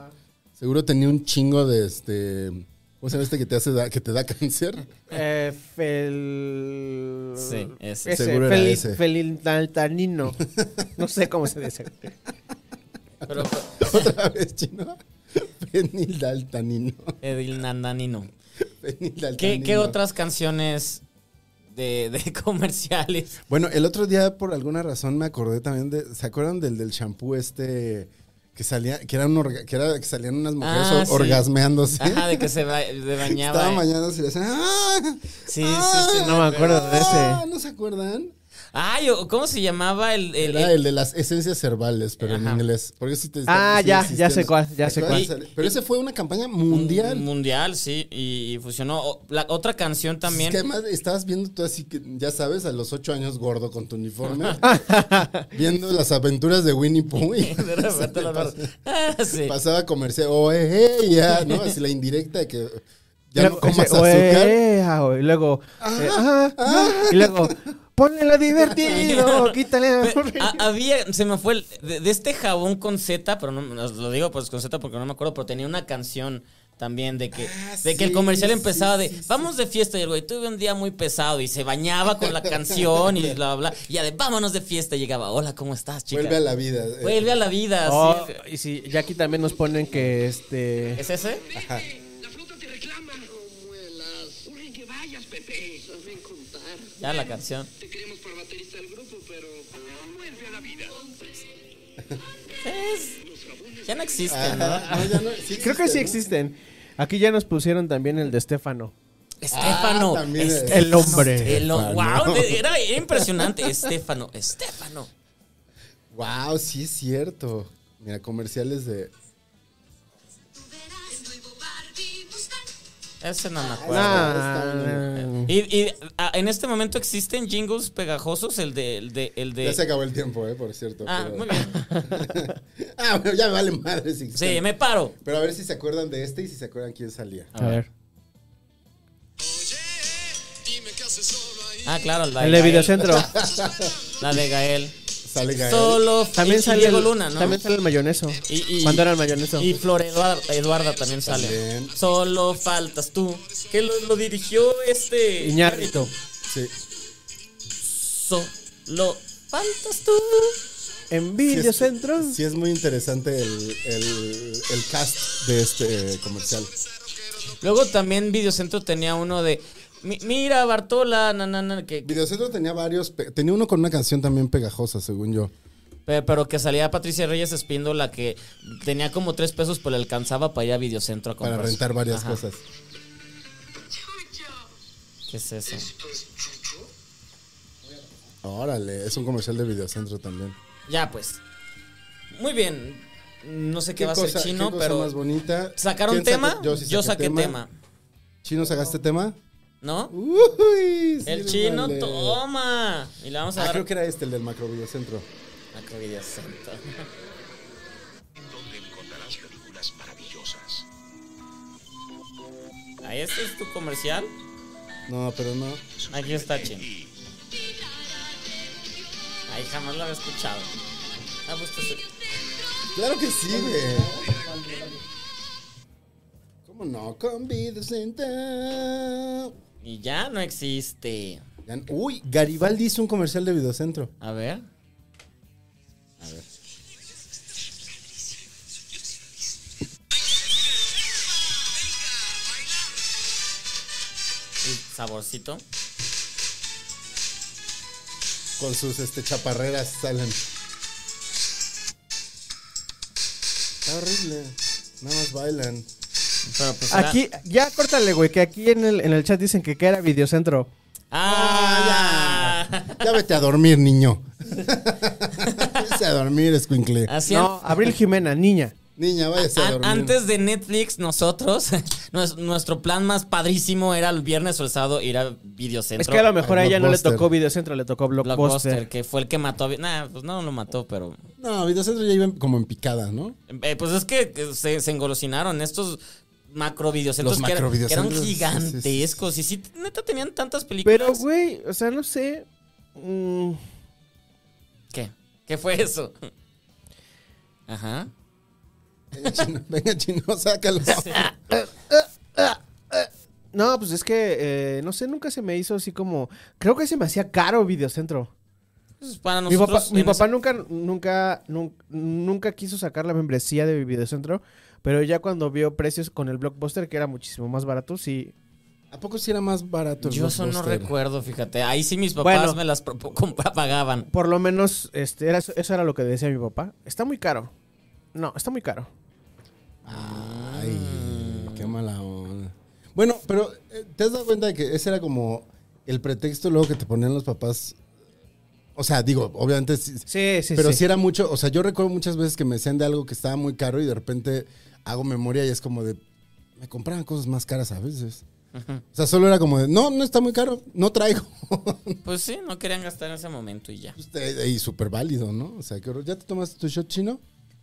Seguro tenía un chingo de este... ¿Cómo se llama este que te, hace da- que te da cáncer?
Eh, fel...
Sí, ese.
Seguro era
fel-
ese.
felinaltanino. No sé cómo se dice.
Pero
Otra vez, chino. Penildaltanino.
Edil Nandanino.
Penildaltanino.
¿Qué, qué otras canciones de, de comerciales?
Bueno, el otro día por alguna razón me acordé también de. ¿Se acuerdan del del shampoo este que salía, que era un orga- que era que salían unas mujeres
Ah,
or-
sí.
orgasmeándose?
Ajá, de que se, ba- de bañaba.
Estaba bañándose y le decían. ¡Ah!
Sí, sí,
ah,
sí.
No me acuerdo de
ah",
ese.
¿No se acuerdan?
Ay, o- ¿cómo se llamaba el, el-
Era
el-
el de las esencias herbales, pero
Eh, Ajá.
en inglés. Porque sí te-
Ah,
sí
ya,
existían.
ya sé cuál, ya sé
Acuerdas?
cuál.
Pero ese fue una campaña
un-
mundial.
Mundial, sí. Y, y fusionó. O- La otra canción también.
Es que además estabas viendo tú así que, ya sabes, a los ocho años gordo con tu uniforme, viendo las aventuras de Winnie Pooh. y
De repente la verdad. Ah, sí.
pasaba comercial, oh, eh, eh, ya, ¿no? Así la indirecta de que ya no
Luego,
comas
ese,
azúcar.
"Oe, ah, oe", y luego, eh, ah, ah, y luego, ponle lo divertido, quítale la
Pe- a- había, se me fue el- de, de este jabón con Z, pero no os lo digo pues con Z porque no me acuerdo, pero tenía una canción también de que,
Ah,
de que el
sí,
comercial
sí,
empezaba
sí,
de
sí.
vamos de fiesta y el güey tuve un día muy pesado y se bañaba con la canción y bla bla bla, y ya de vámonos de fiesta y llegaba, hola, ¿cómo estás, chica?
Vuelve a la vida. eh.
Vuelve a la vida,
Oh,
ah, sí.
y si, ya aquí también nos ponen que este.
¿Es ese?
La fruta te reclama. Muelas. Urge que vayas, Pepe. Saben contar.
Ya la canción.
Te queremos por baterista del grupo, pero. Vuelve a la vida.
Es- ya no
Ah.
existe, ¿no?
Ajá. No, ya no-
Creo que sí
¿no?
existen. Aquí ya pusieron también el de Estefano.
Estefano.
Ah, también
Estefano,
El hombre.
el hom-
Estefano.
wow, de- era, era impresionante. Estefano, Estefano.
Wow, sí es cierto. Mira, comerciales de...
Ese
Ah,
no me acuerdo.
Ah,
Y, y, ah, en este momento existen jingles pegajosos, el de... El de, el de-
Ya se acabó el tiempo, eh, por cierto.
ah,
pero-
muy bien.
ah, bueno, ya me vale madre. si
Sí, me paro.
Pero a ver si se acuerdan de este y si se acuerdan quién salía.
a ver.
Ah, claro, la
El de
Gael,
Videocentro.
La de Gael.
Sale Gael.
Solo
También
y
sale,
Diego
el,
Luna, ¿no?
también sale el mayoneso.
Y- y-
¿Cuándo era el mayoneso?
Y Flor Eduarda, Eduarda también sale.
También.
Solo faltas tú. Que lo, lo dirigió este...
Iñárritu.
Sí.
Solo faltas tú.
En
Sí es-
Videocentro.
Sí es muy interesante el, el- el cast de este eh, comercial.
Luego también Videocentro tenía uno de... "Mi- Mira, Bartola, na, na, na", que,
Videocentro tenía varios, pe- tenía uno con una canción también pegajosa, según yo.
Pe- Pero que salía Patricia Reyes Espíndola que tenía como tres pesos, pero le alcanzaba para ir a Videocentro a
Para
comprar.
rentar varias
Ajá.
cosas.
¿Qué es eso?
Órale, es un comercial de Videocentro también.
Ya, pues. Muy bien. No sé qué, va a ser
cosa-
chino,
qué cosa
pero.
más bonita?
¿Sacaron
¿Quién
tema?
sacó?
Yo,
sí
saqué tema.
¿Chino sacaste tema?
¿No?
Uy,
El chino
sírvale.
toma. Y le vamos a
Ah,
dar.
creo que era este, el del macro Videocentro.
Macro Videocentro.
Donde encontrarás películas maravillosas.
Ahí este es tu comercial.
No, pero no.
Aquí está chino. Ay, jamás lo había escuchado. Ah, pues, esto es-
Claro que sí, güey. ¿Cómo no? Con videos en town.
Y ya no existe.
Ya- Uy, Garibaldi hizo un comercial de Videocentro.
A ver. El saborcito.
Con sus este, chaparreras salen. Está horrible. Nada más bailan.
Pero pues era-
Aquí, ya córtale, güey, que aquí en el, en el chat dicen que que era videocentro.
¡Ah!
Ya vete a dormir, niño. Vete a dormir, escuincle.
Hacían-
No, Abril Jimena, niña.
Niña, váyase a
An-
dormir.
Antes de Netflix, nosotros, nues- nuestro plan más padrísimo era el viernes o el sábado ir a videocentro.
Es que a lo mejor a ella no le
Blockbuster.
tocó videocentro, le tocó
Blockbuster,
blockbuster.
que fue el que mató a... Vi- Nah, pues no lo mató, pero...
No, Videocentro ya iba como en picada, ¿no?
Eh, pues es que que se, se engolosinaron estos macro
Los
videocentros que, era- que eran
macrovideocentros, sí, sí, sí.
gigantescos. Y sí, neta, tenían tantas películas.
Pero, güey, o sea, no sé. mm,
¿Qué? ¿Qué fue eso? Ajá.
Venga, chino, venga, chino sácalo.
no, pues es que, eh, no sé, nunca se me hizo así como... Creo que se me hacía caro videocentro.
Pues para
Mi
nosotros...
papá, mi
en
papá
ese-
nunca, nunca, nun- nunca, quiso sacar la membresía de videocentro, pero ya cuando vio precios con el blockbuster, que era muchísimo más barato, sí...
¿A poco sí era más barato el
Yo eso no
Blockbuster?
recuerdo, fíjate. Ahí sí mis papás
Bueno.
me las propo- compa- pagaban.
Por lo menos, este, era, eso era lo que decía mi papá. Está muy caro. No, está muy caro. Mm.
Ay, qué mala onda. Bueno, pero eh, ¿te has dado cuenta de que ese era como el pretexto luego que te ponían los papás? O sea, digo, obviamente sí-
Sí, sí,
pero
sí.
si era mucho, o sea, yo recuerdo muchas veces que me decían de algo que estaba muy caro y de repente hago memoria y es como de, me compraban cosas más caras a veces. O sea, solo era como de, no, no está muy caro, no traigo.
Pues sí, no querían gastar en ese momento y ya.
Este, y súper válido, ¿no? O sea, que ¿ya te tomaste tu shot chino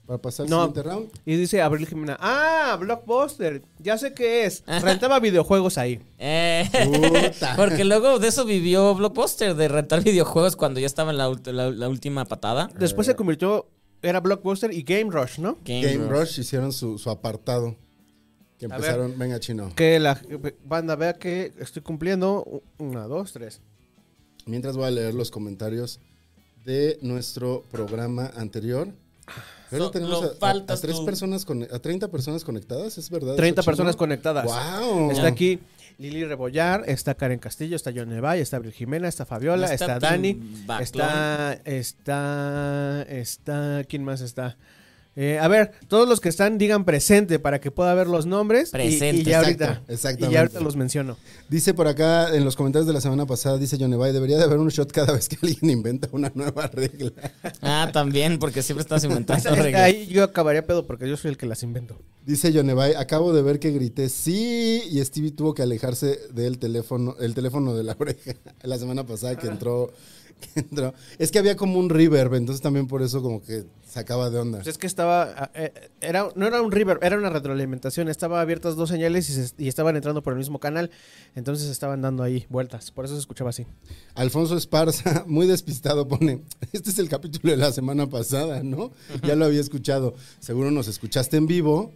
para pasar
No.
el siguiente round?
Y dice Abril Jimena, ah, Blockbuster, ya sé qué es. Rentaba videojuegos ahí.
Eh,
Puta.
porque luego de eso vivió Blockbuster, de rentar videojuegos cuando ya estaba en la, ult- la- la última patada.
Después se
Ah.
convirtió, era Blockbuster y Game Rush, ¿no?
Game,
Game,
Rush.
Rush. hicieron su, su apartado. Que
A
empezaron, venga chino.
Que la banda vea que estoy cumpliendo una, dos, tres.
Mientras voy a leer los comentarios de nuestro programa anterior. Pero
So-
tenemos
lo
a- a, a,
faltas
tres
tú.
personas con, a 30 personas conectadas, ¿es verdad?
30
eso, Chino?
personas conectadas.
¡Wow!
Está aquí Lili Rebollar, está Karen Castillo, está John Nevay, está Abril Jimena, está Fabiola,
No
está,
está
Dani,
Tim
está, está, está, ¿quién más está? Eh, a ver, todos los que están digan presente para que pueda ver los nombres. y- Y,
Presente.
ya
Exacto,
ahorita, y
exactamente.
ya ahorita los menciono.
Dice por acá en los comentarios de la semana pasada, dice Johnny Bay, debería de haber un shot cada vez que alguien inventa una nueva regla.
Ah, también, porque siempre estás inventando
Esa-
reglas.
Ahí yo acabaría pedo porque yo soy el que las invento.
Dice Yonevay, acabo de ver que grité sí y Stevie tuvo que alejarse del teléfono, el teléfono de la oreja la semana pasada que entró, que entró. Es que había como un reverb, entonces también por eso como que sacaba de onda.
Pues es que estaba, eh, era, no era un river, era una retroalimentación, estaba abiertas dos señales y, se- y estaban entrando por el mismo canal, entonces estaban dando ahí vueltas, por eso se escuchaba así.
Alfonso Esparza, muy despistado, pone, este es el capítulo de la semana pasada, ¿no? Ya lo había escuchado. Seguro nos escuchaste en vivo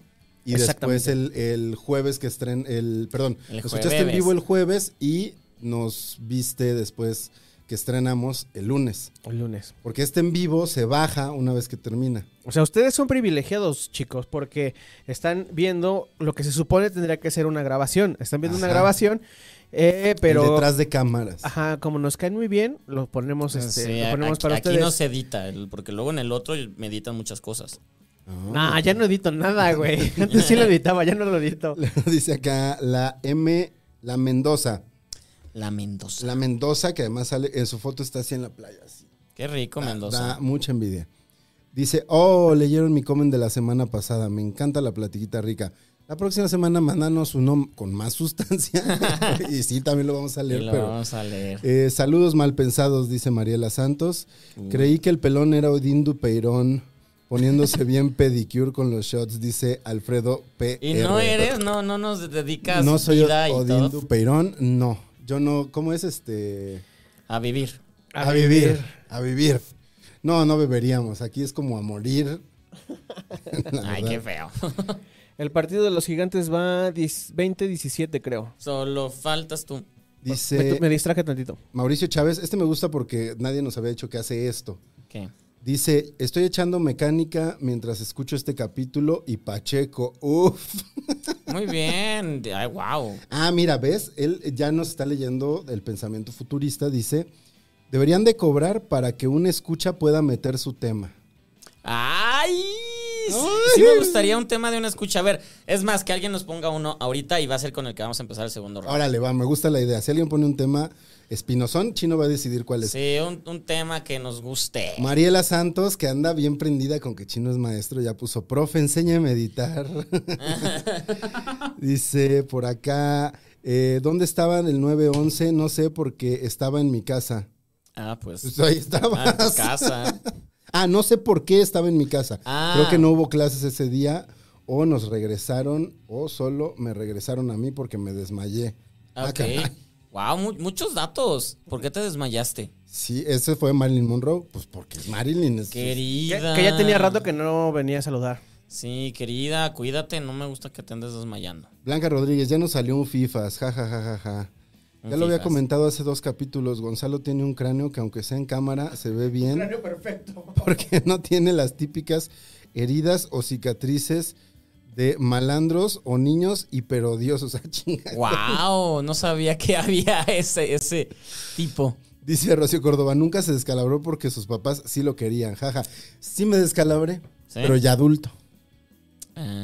y después
Exactamente.
el, el jueves que estren, el, perdón,
El
nos escuchaste en
jueves.
vivo el jueves y nos viste después que estrenamos el lunes.
El lunes.
Porque este en vivo se baja una vez que termina.
O sea, ustedes son privilegiados, chicos, porque están viendo lo que se supone tendría que ser una grabación. Están viendo una
Ajá.
grabación, eh,
Pero,
pero...
detrás de cámaras.
Ah.
Ajá, como nos caen muy bien, los ponemos, este,
Sí,
lo ponemos
aquí,
para
aquí
ustedes.
no se edita, el- porque luego en el otro me editan muchas cosas.
Ah.
Nah, ya no edito nada, güey. Antes sí lo editaba, ya no lo edito.
Dice acá la M, la Mendoza.
La Mendoza.
La Mendoza, que además sale en su foto, está así en la playa. así.
Qué
Ah,
rico, Mendoza.
Da mucha envidia. Dice, oh, leyeron mi comment de la semana pasada. Me encanta la platiquita rica. La próxima semana mándanos uno con más sustancia. y sí, también lo vamos a
Y
leer,
lo
pero
vamos a leer.
Eh, saludos mal pensados, dice Mariela Santos. Creí que el pelón era Odín Dupeirón poniéndose bien pedicure con los shots, dice Alfredo P.
Y no eres, no, no nos dedicas
No soy
vida y
Odín
todo
Dupeirón, no. Yo no, ¿cómo es este?
a vivir.
A vivir.
A vivir. No, no beberíamos. Aquí es como a morir. La verdad.
Ay, qué feo.
El partido de los gigantes va 10 20-17, creo.
Solo faltas tú.
Dice
Me, me distraje tantito.
Mauricio Chávez, este me gusta porque nadie nos había dicho que hace esto.
¿Qué?
Dice, estoy echando mecánica mientras escucho este capítulo y Pacheco, uff.
Muy bien. Ay, wow.
Ah, mira, ¿ves? Él ya nos está leyendo el pensamiento futurista. Dice, deberían de cobrar para que un escucha pueda meter su tema.
¡Ay! Sí,
Ay.
sí me gustaría un tema de una escucha. A ver, es más, que alguien nos ponga uno ahorita y va a ser con el que vamos a empezar el segundo round.
Órale, va, me gusta la idea. Si alguien pone un tema espinosón, Chino va a decidir cuál es.
Sí, un, un tema que nos guste.
Mariela Santos, que anda bien prendida con que Chino es maestro, ya puso, profe, enseña a meditar. Dice por acá, eh, ¿dónde estaban el 911? No sé, porque estaba en mi casa.
Ah, pues.
Pues ahí
Ah, en tu
estabas.
casa.
Ah, no sé por qué estaba en mi casa.
Ah.
Creo que no hubo clases ese día, o nos regresaron, o solo me regresaron a mí porque me desmayé. Ah,
Ok.
caray.
Wow, mu- muchos datos. ¿Por qué te desmayaste?
Sí, ese fue Marilyn Monroe, pues porque es Marilyn. es-
Que,
Querida.
que ya tenía rato que no venía a saludar.
Sí, querida, cuídate. No me gusta que te andes desmayando.
Blanca Rodríguez, ya nos salió un FIFAs, ja, ja, ja, ja, ja.
Un
Ya lo había
fifas.
comentado hace dos capítulos, Gonzalo tiene un cráneo que aunque sea en cámara se ve bien.
perfecto.
porque no tiene las típicas heridas o cicatrices de malandros o niños hiperodiosos. Ah, chinga.
Wow, no sabía que había ese, ese tipo.
Dice Rocío Córdoba, nunca se descalabró porque sus papás sí lo querían, jaja. Sí me descalabré,
¿Sí?
pero ya adulto.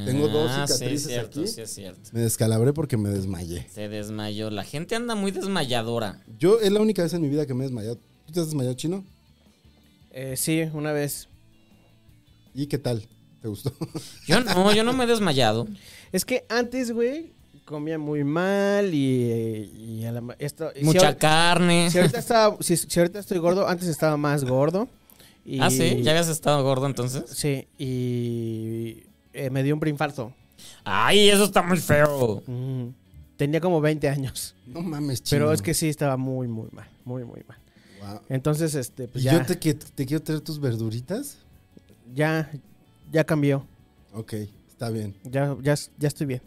Tengo
dos
Ah, Sí,
cicatrices
es cierto,
aquí.
sí, es cierto.
Me descalabré porque me desmayé.
Se desmayó. La gente anda muy desmayadora.
Yo es la única vez en mi vida que me he desmayado. ¿Tú te has desmayado chino?
Eh, sí, una vez.
¿Y qué tal? ¿Te gustó?
Yo no, yo no me he desmayado.
Es que antes, güey, comía muy mal y, eh, y a la ma- esto, si
Mucha
ahor-
carne.
si ahorita, estaba- si- si ahorita estoy gordo, antes estaba más gordo. Y,
Ah, sí, ya habías estado gordo entonces.
Sí, y eh, me dio un preinfarto.
Ay, eso está muy feo.
Mm. Tenía como 20 años.
No mames, chino.
Pero es que sí, estaba muy, muy mal. Muy, muy mal.
Guau.
Entonces, este, pues
¿Y
ya,
yo te, que- te quiero traer tus verduritas?
ya, ya cambió.
Ok, está bien.
Ya, ya, ya estoy bien.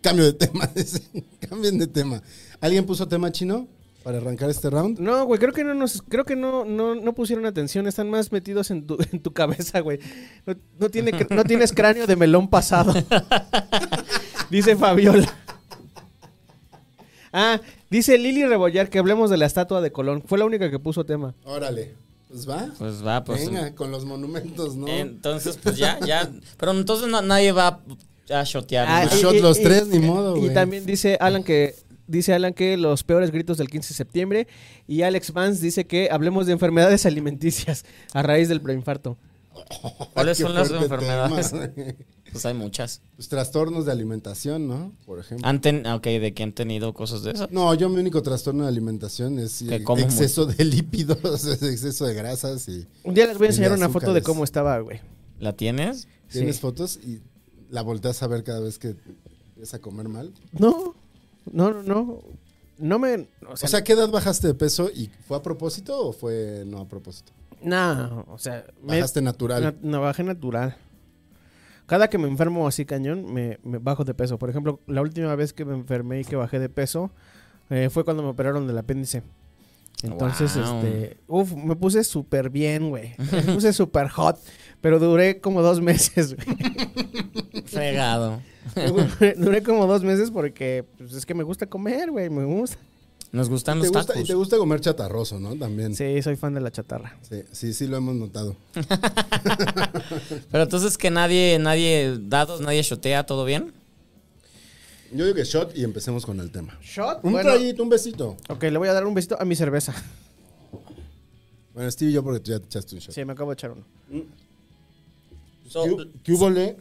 Cambio de tema. dice. Cambien de tema. ¿Alguien puso tema chino para arrancar este round?
No, güey, creo que no nos, creo que no, no, no pusieron atención, están más metidos en tu, en tu cabeza, güey. No, no tiene, cr- no tienes cráneo de melón pasado. dice Fabiola. Ah, dice Lili Rebollar que hablemos de la estatua de Colón. Fue la única que puso tema.
Órale. Pues va.
Pues va, pues.
Venga, con los monumentos, ¿no?
Entonces, pues ya, ya. Pero entonces no- nadie va a shotear.
Ah,
¿no?
y- Pues shot los tres, ni modo,
Y
güey.
también dice Alan que dice Alan que los peores gritos del 15 de septiembre y Alex Vance dice que hablemos de enfermedades alimenticias a raíz del preinfarto.
¿Cuáles
Qué
son las
fuerte
enfermedades?
tema.
Pues hay muchas.
Pues trastornos de alimentación, ¿no? Por ejemplo.
¿Han ten- ah, ok, ¿de que han tenido cosas de esas?
No, yo mi único trastorno de alimentación es
Que
el
como
exceso de lípidos, es exceso de grasas y
Un día les voy a enseñar
Y de
una foto de
azúcares.
cómo estaba, güey.
¿La tienes?
tienes
Sí.
fotos y la volteas a ver cada vez que empiezas a comer mal.
No, no, no, no. No me. O
O
sea,
sea, ¿qué edad bajaste de peso y fue a propósito o fue no a propósito?
no, o sea, me-
Bajaste natural.
na- no, bajé natural. Cada que me enfermo así cañón, me, me bajo de peso. Por ejemplo, la última vez que me enfermé y que bajé de peso eh, fue cuando me operaron del apéndice. Entonces,
Wow.
este. Uf, me puse súper bien, güey. Me puse súper hot. Pero duré como dos meses, güey.
Fregado.
Duré- Duré como dos meses porque pues, es que me gusta comer, güey. Me gusta.
Nos gustan
¿Te
los
gusta, y
tacos.
te gusta comer chatarroso, ¿no? También. Sí.
Sí, soy fan de la chatarra.
Sí, sí, lo hemos notado.
Pero entonces que nadie, nadie, dados, nadie shotea, ¿todo bien?
Yo digo que shot y empecemos con el tema.
¿Shot?
Un traguito, un besito.
Ok, le voy a dar un besito a mi cerveza.
Bueno, Steve y yo porque tú ya te echaste un shot.
Sí, me acabo de echar uno.
So-
¿Qué, qué hubo le?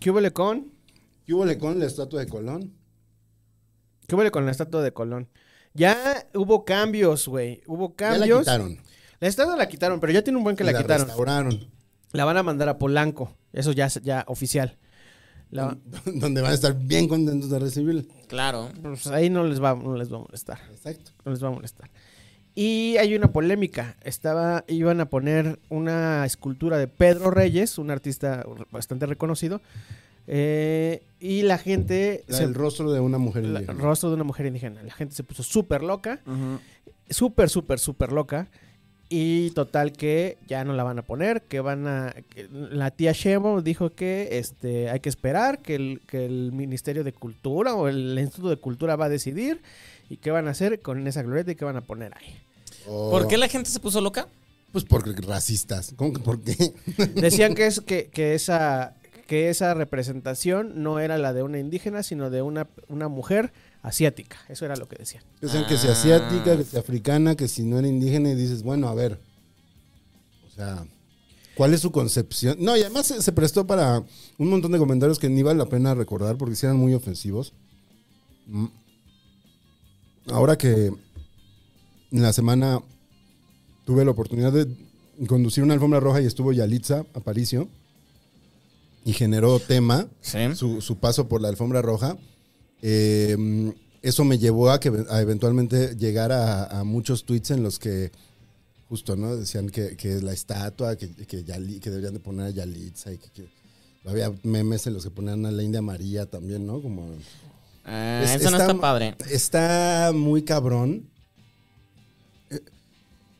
¿Qué huele con?
¿Qué hubo le con la estatua de Colón?
¿Qué huele con la estatua de Colón? Ya hubo cambios, güey. Hubo
Ya la
cambios.
quitaron.
La estatua la quitaron, pero ya tiene un buen que la,
Y
quitaron.
restauraron.
La van a mandar a Polanco. Eso ya, es- ya oficial. La-
Mm. Donde van a estar bien contentos de recibirla.
Claro.
pues ahí no les va, no les va a molestar.
Exacto.
No les va a molestar. Y hay una polémica. Estaba, iban a poner una escultura de Pedro Reyes, un artista bastante reconocido. eh, y la gente.
La-
se-
el rostro de una mujer
la-
indígena.
rostro de una mujer indígena. La gente se puso súper loca. Súper, súper, súper loca. Y total que ya no la van a poner, que van a... que la tía Sheinbaum dijo que este, hay que esperar, que el, que el Ministerio de Cultura o el Instituto de Cultura va a decidir y qué van a hacer con esa glorieta y qué van a poner ahí.
O-
¿Por qué la gente se puso loca?
Oh, Pues porque racistas. ¿Cómo que por qué?
Decían que, es, que, que esa, que esa representación no era la de una indígena, sino de una, una mujer asiática. Eso era lo que decían.
Dicen que si asiática, que si africana, que si no era indígena y dices, bueno, a ver. O sea, ¿cuál es su concepción? No, y además se, se prestó para un montón de comentarios que ni vale la pena recordar porque sí eran muy ofensivos. Mm. Ahora que en la semana tuve la oportunidad de conducir una alfombra roja y estuvo Yalitza Aparicio y generó tema
Sí.
su, su paso por la alfombra roja. Eh, eso me llevó a que a eventualmente llegar a, a muchos tweets en los que justo no decían que, que la estatua, que, que, Yali- que deberían de poner a Yalitza y que, que- había memes en los que ponían a la India María también, ¿no? Como
Ah,
es-
eso no está padre.
Está muy cabrón. Eh,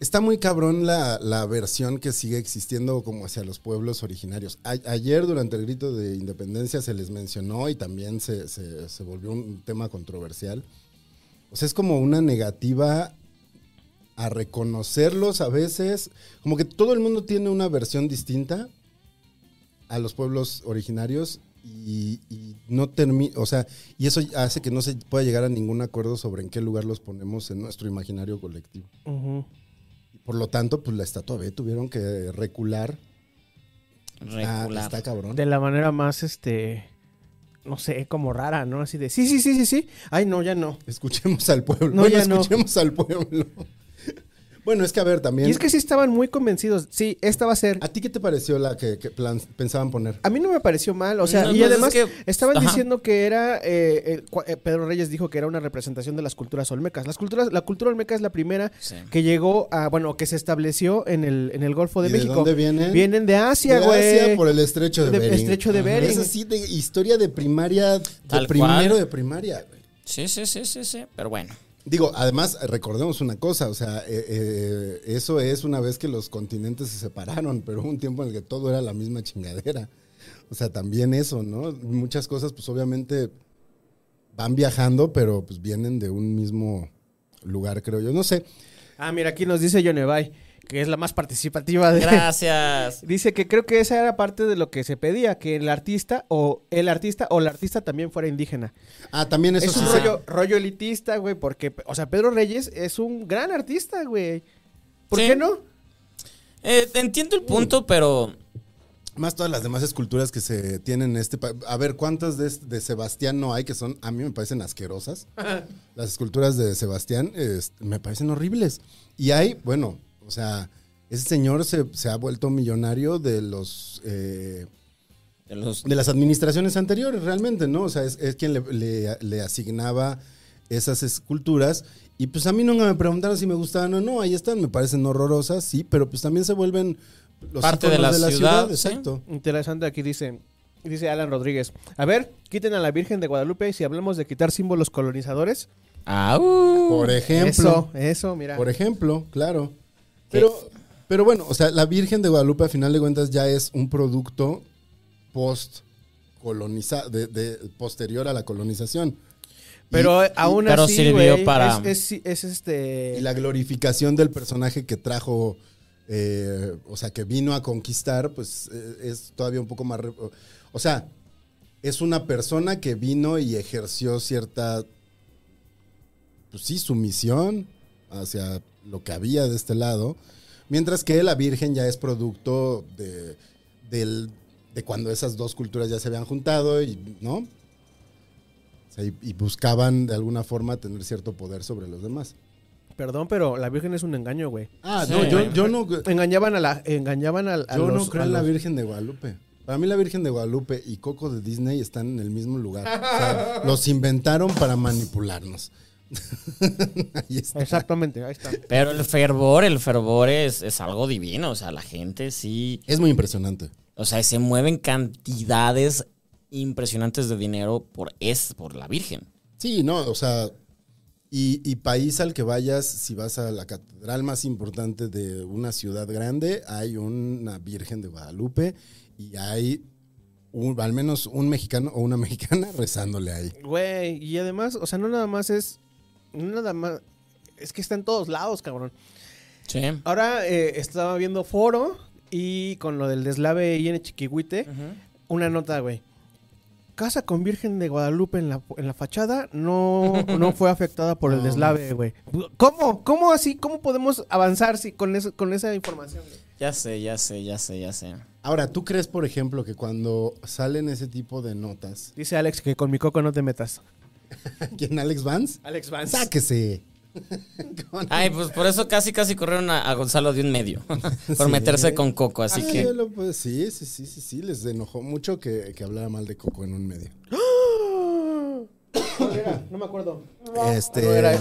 Está muy cabrón la, la versión que sigue existiendo como hacia los pueblos originarios. A- ayer durante el grito de independencia se les mencionó y también se, se- se volvió un tema controversial. O sea, es como una negativa a reconocerlos a veces. Como que todo el mundo tiene una versión distinta a los pueblos originarios y, y no termina, o sea, y eso hace que no se pueda llegar a ningún acuerdo sobre en qué lugar los ponemos en nuestro imaginario colectivo. Por lo tanto, pues la estatua B tuvieron que recular. Ah,
Regular.
está cabrón.
De la manera más, este, no sé, como rara, ¿no? Así de, sí, sí, sí, sí, sí. Ay, no, ya no.
Escuchemos al pueblo.
No,
bueno,
ya no.
escuchemos al pueblo. bueno, es que a ver también.
Y es que sí estaban muy convencidos. Sí, esta va a ser.
¿A ti qué te pareció la que, que plan- pensaban poner?
A mí no me pareció mal, o sea,
No,
y
pues es
además
que-
estaban
ajá.
diciendo que era, eh, eh, cua- eh, Pedro Reyes dijo que era una representación de las culturas olmecas. Las culturas, la cultura olmeca es la primera
Sí.
que llegó a, bueno, que se estableció en el, en el Golfo de
¿Y de
México.
dónde vienen?
Vienen de Asia,
De
güey.
Asia por el estrecho de,
De-
Bering.
estrecho de
Ajá.
Bering.
Es así de historia de primaria, de
Tal
primero
cual.
de primaria, güey.
Sí, sí, sí, sí, sí. Pero bueno.
Digo, además, recordemos una cosa, o sea, eh, eh, eso es una vez que los continentes se separaron, pero hubo un tiempo en el que todo era la misma chingadera. O sea, también eso, ¿no? Muchas cosas, pues obviamente van viajando, pero pues vienen de un mismo lugar, creo yo. No sé.
Ah, mira, aquí nos dice Yonevay, que es la más participativa de...
Gracias.
Dice que creo que esa era parte de lo que se pedía, que el artista o el artista o la artista también fuera indígena.
Ah, también eso
es
sí
un
se-
rollo, rollo elitista, güey, porque, o sea, Pedro Reyes es un gran artista, güey. ¿Por
Sí.
qué no?
Eh, entiendo el punto, pero.
Más todas las demás esculturas que se tienen en este país. A ver, ¿cuántas de, de Sebastián no hay que son, a mí me parecen asquerosas? las esculturas de Sebastián es- me parecen horribles. Y hay, bueno, o sea, ese señor se, se ha vuelto millonario de los... eh,
de los-
de las administraciones anteriores, realmente, ¿no? O sea, es, es quien le, le- le asignaba esas esculturas. Y pues a mí nunca me preguntaron si me gustaban o no. Ahí están, me parecen horrorosas, sí, pero pues también se vuelven los
Parte de
íconos
la ciudad, sí.
exacto.
Interesante, aquí dice, dice Alan Rodríguez. A ver, quiten a la Virgen de Guadalupe y si hablamos de quitar símbolos colonizadores.
Ah, ¡Au!
Por
Eso,
ejemplo.
eso, mira.
Por ejemplo, claro. Pero, pero bueno, o sea, la Virgen de Guadalupe a final de cuentas ya es un producto post coloniza de, de- posterior a la colonización.
pero
Y-
eh, aún
pero
así,
sirvió
güey,
para-
es, es- es este...
y la glorificación del personaje que trajo, eh, o sea, que vino a conquistar, pues eh, es todavía un poco más... re- O sea, es una persona que vino y ejerció cierta, pues sí, sumisión hacia lo que había de este lado, mientras que la Virgen ya es producto de, del- de cuando esas dos culturas ya se habían juntado y, ¿no? O sea, y- y buscaban de alguna forma tener cierto poder sobre los demás.
Perdón, pero la Virgen es un engaño, güey.
Ah,
Sí.
no, yo, yo no, yo
Engañaban a la... Engañaban al- a, los-
no creo
a
en la
los-
Virgen de Guadalupe. Para mí la Virgen de Guadalupe y Coco de Disney están en el mismo lugar. O sea, los inventaron para manipularnos. Ahí está.
Exactamente, ahí está.
Pero el fervor, el fervor es, es algo divino. O sea, la gente sí.
Es muy impresionante.
O sea, se mueven cantidades impresionantes de dinero por, es, por la Virgen.
Sí, no, o sea, y, y país al que vayas, si vas a la catedral más importante de una ciudad grande, hay una Virgen de Guadalupe y hay un- al menos un mexicano o una mexicana rezándole ahí.
Güey, y además, o sea, no nada más es. No nada más. Es que está en todos lados, cabrón.
Sí.
Ahora eh, estaba viendo Foro y con lo del deslave y en Chiquihuite, una nota, güey. Casa con Virgen de Guadalupe en la, en la fachada no, no fue afectada por el deslave, güey. ¿Cómo? ¿Cómo así? ¿Cómo podemos avanzar si con, eso, con esa información? güey?
Ya sé, ya sé, ya sé, ya sé.
Ahora, ¿tú crees, por ejemplo, que cuando salen ese tipo de notas,
Dice Alex que con mi coco no te metas.
¿quién Alex Vance?
Alex Vance.
¡Sáquese! Con-
Ay, pues por eso casi, casi corrieron a, a Gonzalo de un medio. por
Sí.
meterse con Coco. Así
Ah,
que.
yo lo- pues, sí, sí, sí, sí, sí, les enojó mucho que, que hablara mal de Coco en un medio.
¿Cuál era? No me acuerdo.
Este.
No era él.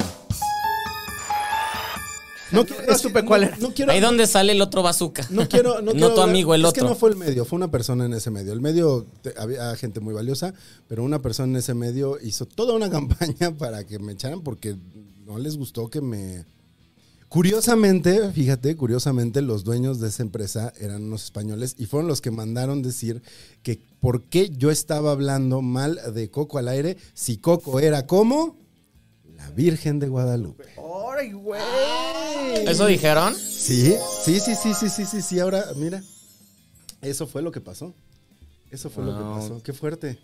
No, qui-
No
es que
supe cuál
no-
era.
No quiero.
Ahí donde sale el otro bazooka.
No quiero. No,
No
quiero
tu
hablar-
amigo, el
es
otro.
que no fue el medio, fue una persona en ese medio. El medio te- había gente muy valiosa, pero una persona en ese medio hizo toda una campaña para que me echaran porque no les gustó que me. Curiosamente, fíjate, curiosamente, los dueños de esa empresa eran unos españoles y fueron los que mandaron decir que por qué yo estaba hablando mal de Coco al aire si Coco era como la Virgen de Guadalupe.
¡Ay, güey!
¿Eso dijeron?
Sí, sí, sí, sí, sí, sí, sí, sí. Ahora, mira. Eso fue lo que pasó. Eso fue lo
Wow.
que pasó. Qué fuerte.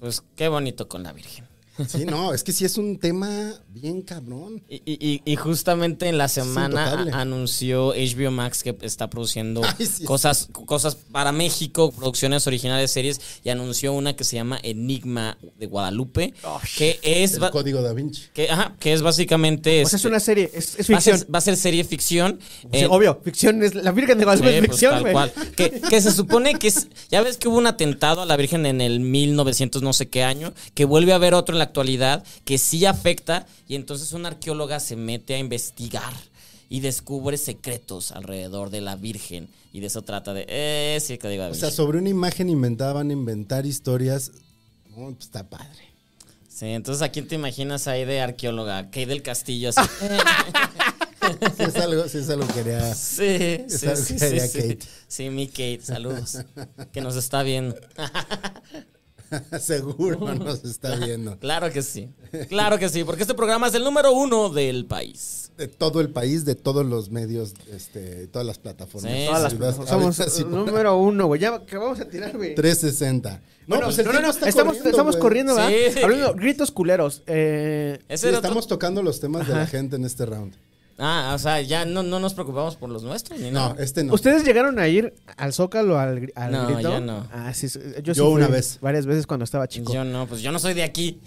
Pues qué bonito con la Virgen.
Sí, no, es que sí es un tema bien cabrón.
Y, y- y- y justamente en la semana
intocable.
a- anunció HBO Max que está produciendo
Ay, sí.
cosas, cosas para México, producciones originales, series, y anunció una que se llama Enigma de Guadalupe, que es,
El Pues
ba-
código da Vinci.
que, ajá, que es básicamente...
O sea, es
este,
una serie, es, es
va, a ser,
ficción.
va a ser serie ficción.
Sí,
eh,
obvio, ficción es la Virgen de Guadalupe
Sí,
es
pues,
ficción,
tal
güey.
cual. Que, que se supone que es. Ya ves que hubo un atentado a la Virgen en el 1900, no sé qué año, que vuelve a haber otro en la actualidad, que sí afecta, y entonces una arqueóloga se mete a investigar y descubre secretos alrededor de la Virgen. Y de eso trata de. Eh, sí, que digo. la
O sea,
Virgen.
sobre una imagen inventaban inventar historias. No, pues, está padre.
Sí, entonces a quién te imaginas ahí de arqueóloga? Kay del Castillo, así.
Sí, es algo, sí, es algo que haría.
Eh, Sí, sí,
Esa
sí, sí,
sería
sí.
Kate.
Sí, mi Kate, saludos. Que nos está viendo.
Seguro nos está viendo.
Claro que sí. Claro que sí, porque este programa es el número uno del país.
De todo el país, de todos los medios, este, todas las plataformas.
Sí,
Todas las
sí,
Ahorita
personas. Somos
sí,
eh, número uno, güey. Ya que vamos a tirar, güey.
360. No,
Bueno,
pues el
no, no, no,
tiempo está
estamos, estamos
güey.
corriendo, ¿verdad?
Sí.
Hablando gritos culeros. Eh,
Ese
Sí,
era
estamos
otro-
tocando los temas de la gente en este round.
Ah, o sea, ya no, no nos preocupamos por los nuestros ni
No,
nada.
este no.
¿Ustedes llegaron a ir al Zócalo al, gri- al
No,
grito?
yo no.
Ah, sí, sí, yo
Yo
sí fui
una vez.
Varias veces cuando estaba chico.
Yo no, pues yo no soy de aquí.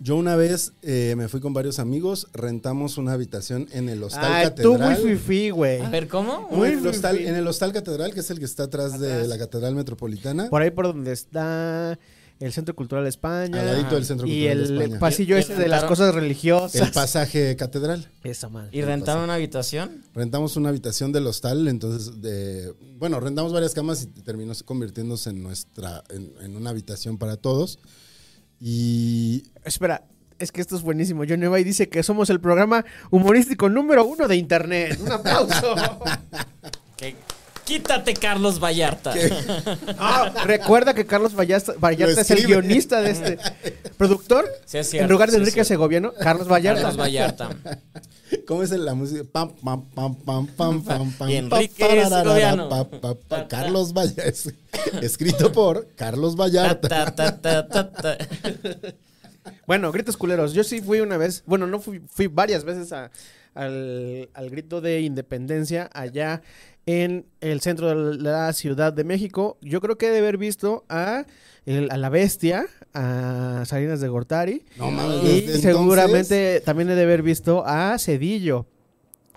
Yo una vez eh, me fui con varios amigos, rentamos una habitación en el Hostal
Ay, tú muy
Catedral.
fifí, güey.
A ver, ¿cómo?
No, en el
muy
hostal-
fifi.
en el Hostal Catedral, que es el que está atrás, de la Catedral Metropolitana.
Por ahí por donde está el Centro Cultural de España.
Al ladito del Centro
y
Cultural de
el
España.
pasillo
Y- y
ese de las
rentaron-
cosas
El
religiosas.
pasaje catedral.
Esa madre.
¿Y
pues,
rentaron una habitación?
Rentamos una habitación del hostal, entonces, de, bueno, rentamos varias camas y terminó convirtiéndose en nuestra, en, en una habitación para todos. Y
Espera, es que esto es buenísimo. Johnny Bay dice que somos el programa humorístico número uno de internet. Un aplauso.
Que- Quítate, Carlos Vallarta.
Ah, recuerda que Carlos Vallarta, Vallarta es el
escribe.
guionista de este productor.
Sí, es cierto,
en lugar de
sí, es
Enrique
cierto.
Segoviano, Carlos Vallarta.
Carlos Vallarta.
¿Cómo es la música? Pam, pam, pam, pam, pam, pam, pam.
Y Enrique
pa, pararara,
Escobiano.
pa, pa, pa. Carlos Vallarta. Escrito por Carlos Vallarta.
Ta, ta, ta, ta, ta.
Bueno, gritos culeros. Yo sí fui una vez. Bueno, no fui, fui varias veces a- al, al grito de independencia allá en el centro de la Ciudad de México. Yo creo que he de haber visto a, el- a la bestia, a Salinas de Gortari.
No mames.
Y
desde entonces-
seguramente también he de haber visto a Cedillo.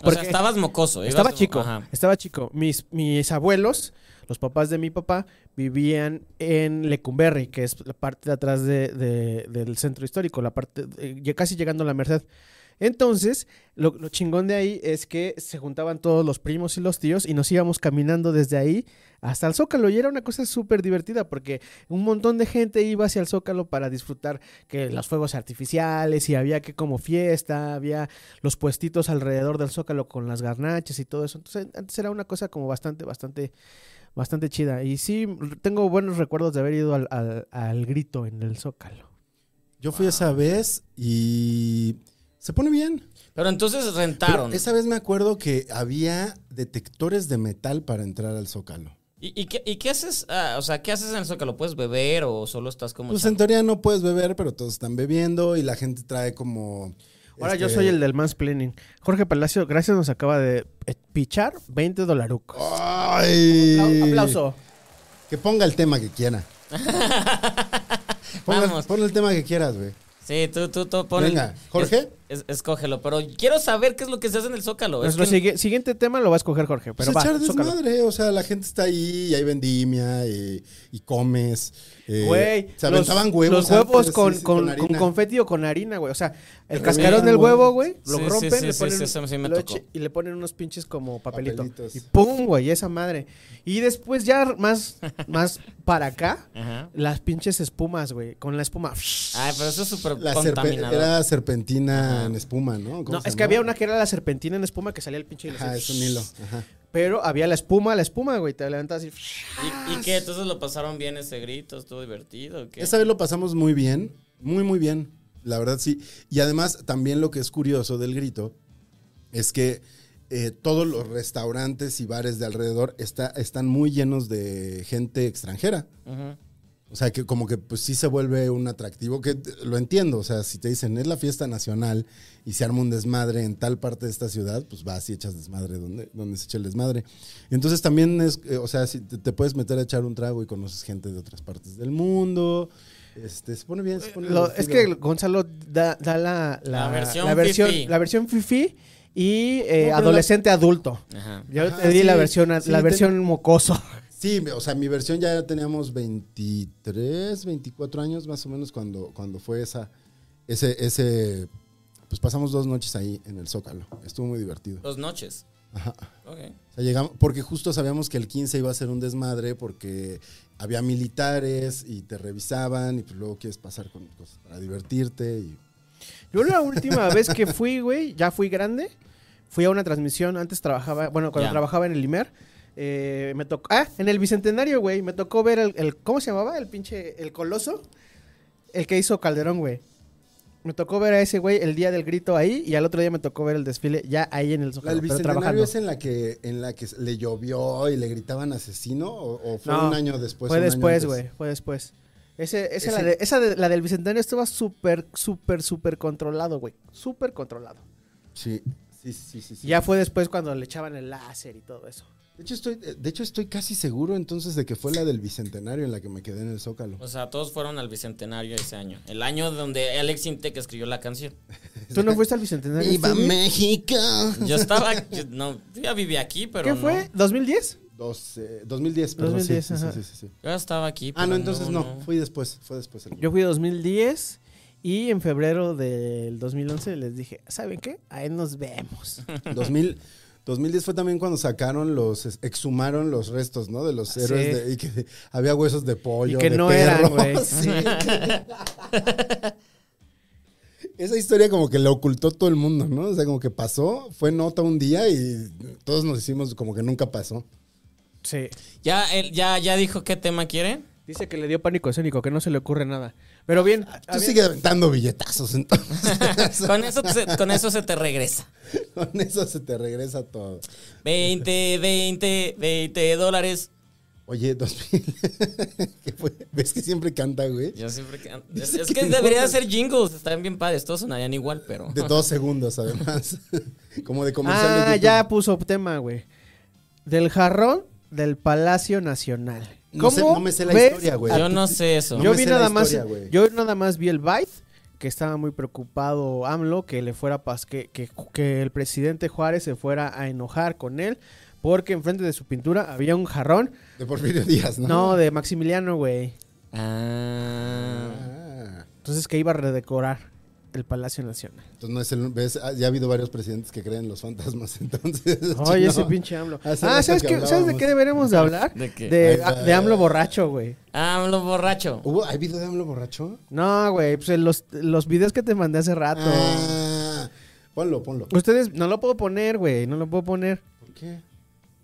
O
Porque
sea, estabas mocoso. ibas
estaba
¿eh? como-
chico,
Ajá.
estaba chico. Mis, mis abuelos, los papás de mi papá, vivían en Lecumberri, que es la parte de atrás de- de- del centro histórico, la parte eh, ya casi llegando a la Merced. Entonces, lo, lo chingón de ahí es que se juntaban todos los primos y los tíos y nos íbamos caminando desde ahí hasta el Zócalo. Y era una cosa súper divertida porque un montón de gente iba hacia el Zócalo para disfrutar que los fuegos artificiales y había que como fiesta, había los puestitos alrededor del Zócalo con las garnachas y todo eso. Entonces, antes era una cosa como bastante, bastante, bastante chida. Y sí, r- tengo buenos recuerdos de haber ido al, al- al grito en el Zócalo.
Yo fui esa vez y se pone bien.
Pero entonces
Pero
rentaron.
esa vez me acuerdo que había detectores de metal para entrar al Zócalo.
¿Y, y qué, y qué haces? Ah, o sea, ¿qué haces en el Zócalo? ¿Puedes beber o solo estás como...
Pues en
echando?
teoría no puedes beber, pero todos están bebiendo y la gente trae como...
Ahora
este,
yo soy el del mansplaining. Jorge Palacio, gracias, nos acaba de eh, pichar 20 dolarucos.
¡Ay!
Apla- Aplauso.
Que ponga el tema que quiera. Ponga-
Vamos.
Pon el tema que quieras, güey.
Sí, tú, tú, tú pon el-
Venga, ¿Jorge?
es- es- escógelo, pero quiero saber qué es lo que se hace en el Zócalo. Es
Nuestro
que-
sigue- siguiente tema lo va a escoger Jorge, pero
Pero
va,
Pues echar
Zócalo.
desmadre, o sea, la gente está ahí y hay vendimia y, y comes. eh,
Güey,
se aventaban huevos.
los huevos
antes,
con,
sí, sí,
con, con
harina.
confeti o con harina, güey. O sea, el
Te
cascarón
revientan,
del
güey.
huevo, güey, lo
Sí, sí,
rompen,
sí,
le
sí,
ponen,
sí, eso sí me
lo
tocó.
echen- y le ponen unos pinches como papelito.
Papelitos.
Y pum, güey, esa madre. Y después ya más, más para acá,
Ajá.
las pinches espumas, güey. Con la espuma.
Ay, pero eso es súper
La serpe-
contaminador.
era serpentina en espuma, ¿no? ¿Cómo
No,
se
es que había
llamaba?
una que era la serpentina en espuma que salía el pinche y le
Ajá, es
hacía-
un hilo. Ajá.
Pero había la espuma, la espuma, güey. Te levantas y.
¿Y, y qué? Entonces lo pasaron bien ese grito, estuvo divertido. o qué?
Esa vez lo pasamos muy bien, muy, muy bien. La verdad, sí. Y además, también lo que es curioso del grito es que eh, todos los restaurantes y bares de alrededor está, están muy llenos de gente extranjera.
Ujú.
O sea, que como que pues sí se vuelve un atractivo, que t- lo entiendo. O sea, si te dicen es la fiesta nacional y se arma un desmadre en tal parte de esta ciudad, pues vas y echas desmadre donde, donde se eche el desmadre. Entonces también es, eh, o sea, si te, te puedes meter a echar un trago y conoces gente de otras partes del mundo. Este, se pone bien, se pone
Lo- es
divertido.
que Gonzalo da, da la, la,
La versión
la versión,
fifí.
la versión fifí y eh,
No, pero
adolescente adulto.
Ajá.
Yo
Ajá,
te di
sí,
la versión,
sí,
la
ten-
versión mocoso.
Sí, me- o sea, mi versión ya teníamos 23, 24 años más o menos cuando, cuando fue esa, ese, ese, pues pasamos dos noches ahí en el Zócalo. Estuvo muy divertido.
Dos noches.
Ajá.
Ok.
O sea, llegamos, porque justo sabíamos que el 15 iba a ser un desmadre porque había militares y te revisaban y pues luego quieres pasar con cosas para divertirte y
Yo la última vez que fui, güey, ya fui grande. Fui a una transmisión, antes trabajaba, bueno, cuando
Ya.
trabajaba en el Imer, eh, me tocó, ah, en el Bicentenario, güey, me tocó ver el, el- ¿cómo se llamaba? El pinche, el coloso, el que hizo Calderón, güey. Me tocó ver a ese güey el día del grito ahí y al otro día me tocó ver el desfile ya ahí en el
La
Zócalo,
del
pero
bicentenario
trabajando.
es en la que en la que le llovió y le gritaban asesino o, o fue
No,
un año después.
Fue
un año
después,
antes?
güey. Fue después. Ese, esa,
Ese-
La, de, esa de- la del Bicentenario estaba súper, súper, súper controlado, güey. Súper controlado.
Sí, sí, sí, sí. sí.
Ya fue después cuando le echaban el láser y todo eso.
De hecho estoy, de hecho estoy casi seguro entonces de que fue la del bicentenario en la que me quedé en el zócalo.
O sea, todos fueron al Bicentenario ese año. El año donde Alex Intec escribió la canción.
¿Tú no fuiste al Bicentenario?
¡Viva
Fui-
México!
Yo estaba... yo- no, yo ya vivía aquí, pero
¿Qué
no.
fue? ¿2010?
12, 2010, perdón,
2010,
sí, sí,
ajá.
sí, sí, sí.
Yo ya estaba aquí,
Ah,
pero
no, entonces no, fui después, fue después. el-
Yo fui 2010 y en febrero del 2011 les dije, ¿saben qué? Ahí nos vemos.
2000, 2010 fue también cuando sacaron los, es- exhumaron los restos, ¿no? De los
Sí.
héroes de- y que había huesos de pollo,
Y que
de
no
perro.
eran, güey.
Sí. Esa historia como que la ocultó todo el mundo, ¿no? O sea, como que pasó, fue nota un día y todos nos hicimos como que nunca pasó.
Sí.
Ya, él, ya, ya dijo qué tema quiere.
Dice que le dio pánico escénico, que no se le ocurre nada. Pero Ah, bien,
Tú
había-
sigues aventando billetazos entonces.
con, eso se, con eso se te regresa.
Con eso se te regresa todo.
20, 20, 20 dólares.
Oye, 2000. ¿Qué fue? ¿Ves que siempre canta, güey?
Yo siempre que- Es,
Dice
es
que
que
no.
debería ser jingles. Están bien padres. Todos sonarían igual, pero.
De dos segundos, además. Como de comercial de
Ah,
YouTube.
ya puso tema, güey. Del jarrón del Palacio Nacional.
No sé- no me sé la
ves
historia, güey.
a
Yo
tu-
no sé eso.
No
yo
me
vi
sé la
nada más,
historia, güey.
yo nada más vi el Byte que estaba muy preocupado AMLO que le fuera pas que, que, que el presidente Juárez se fuera a enojar con él porque enfrente de su pintura había un jarrón.
De Porfirio Díaz, ¿no?
No, de Maximiliano, güey.
Ah.
Ah,
Entonces que iba a redecorar el Palacio Nacional.
entonces no es el. ¿ves? Ah, ya ha habido varios presidentes que creen en los fantasmas, entonces.
Oye,
no.
ese pinche AMLO.
Hace
ah,
rato
¿sabes,
que
qué- ¿sabes de
hablábamos.
qué deberemos de hablar?
¿De qué?
De,
Ahí va.
de AMLO borracho, güey.
Ah, lo borracho.
¿Hubo, ¿Hay video de AMLO borracho?
No, güey, pues en los, los videos que te mandé hace rato.
Ah, ponlo, ponlo.
Ustedes, no lo puedo poner, güey, no lo puedo poner.
¿Por qué?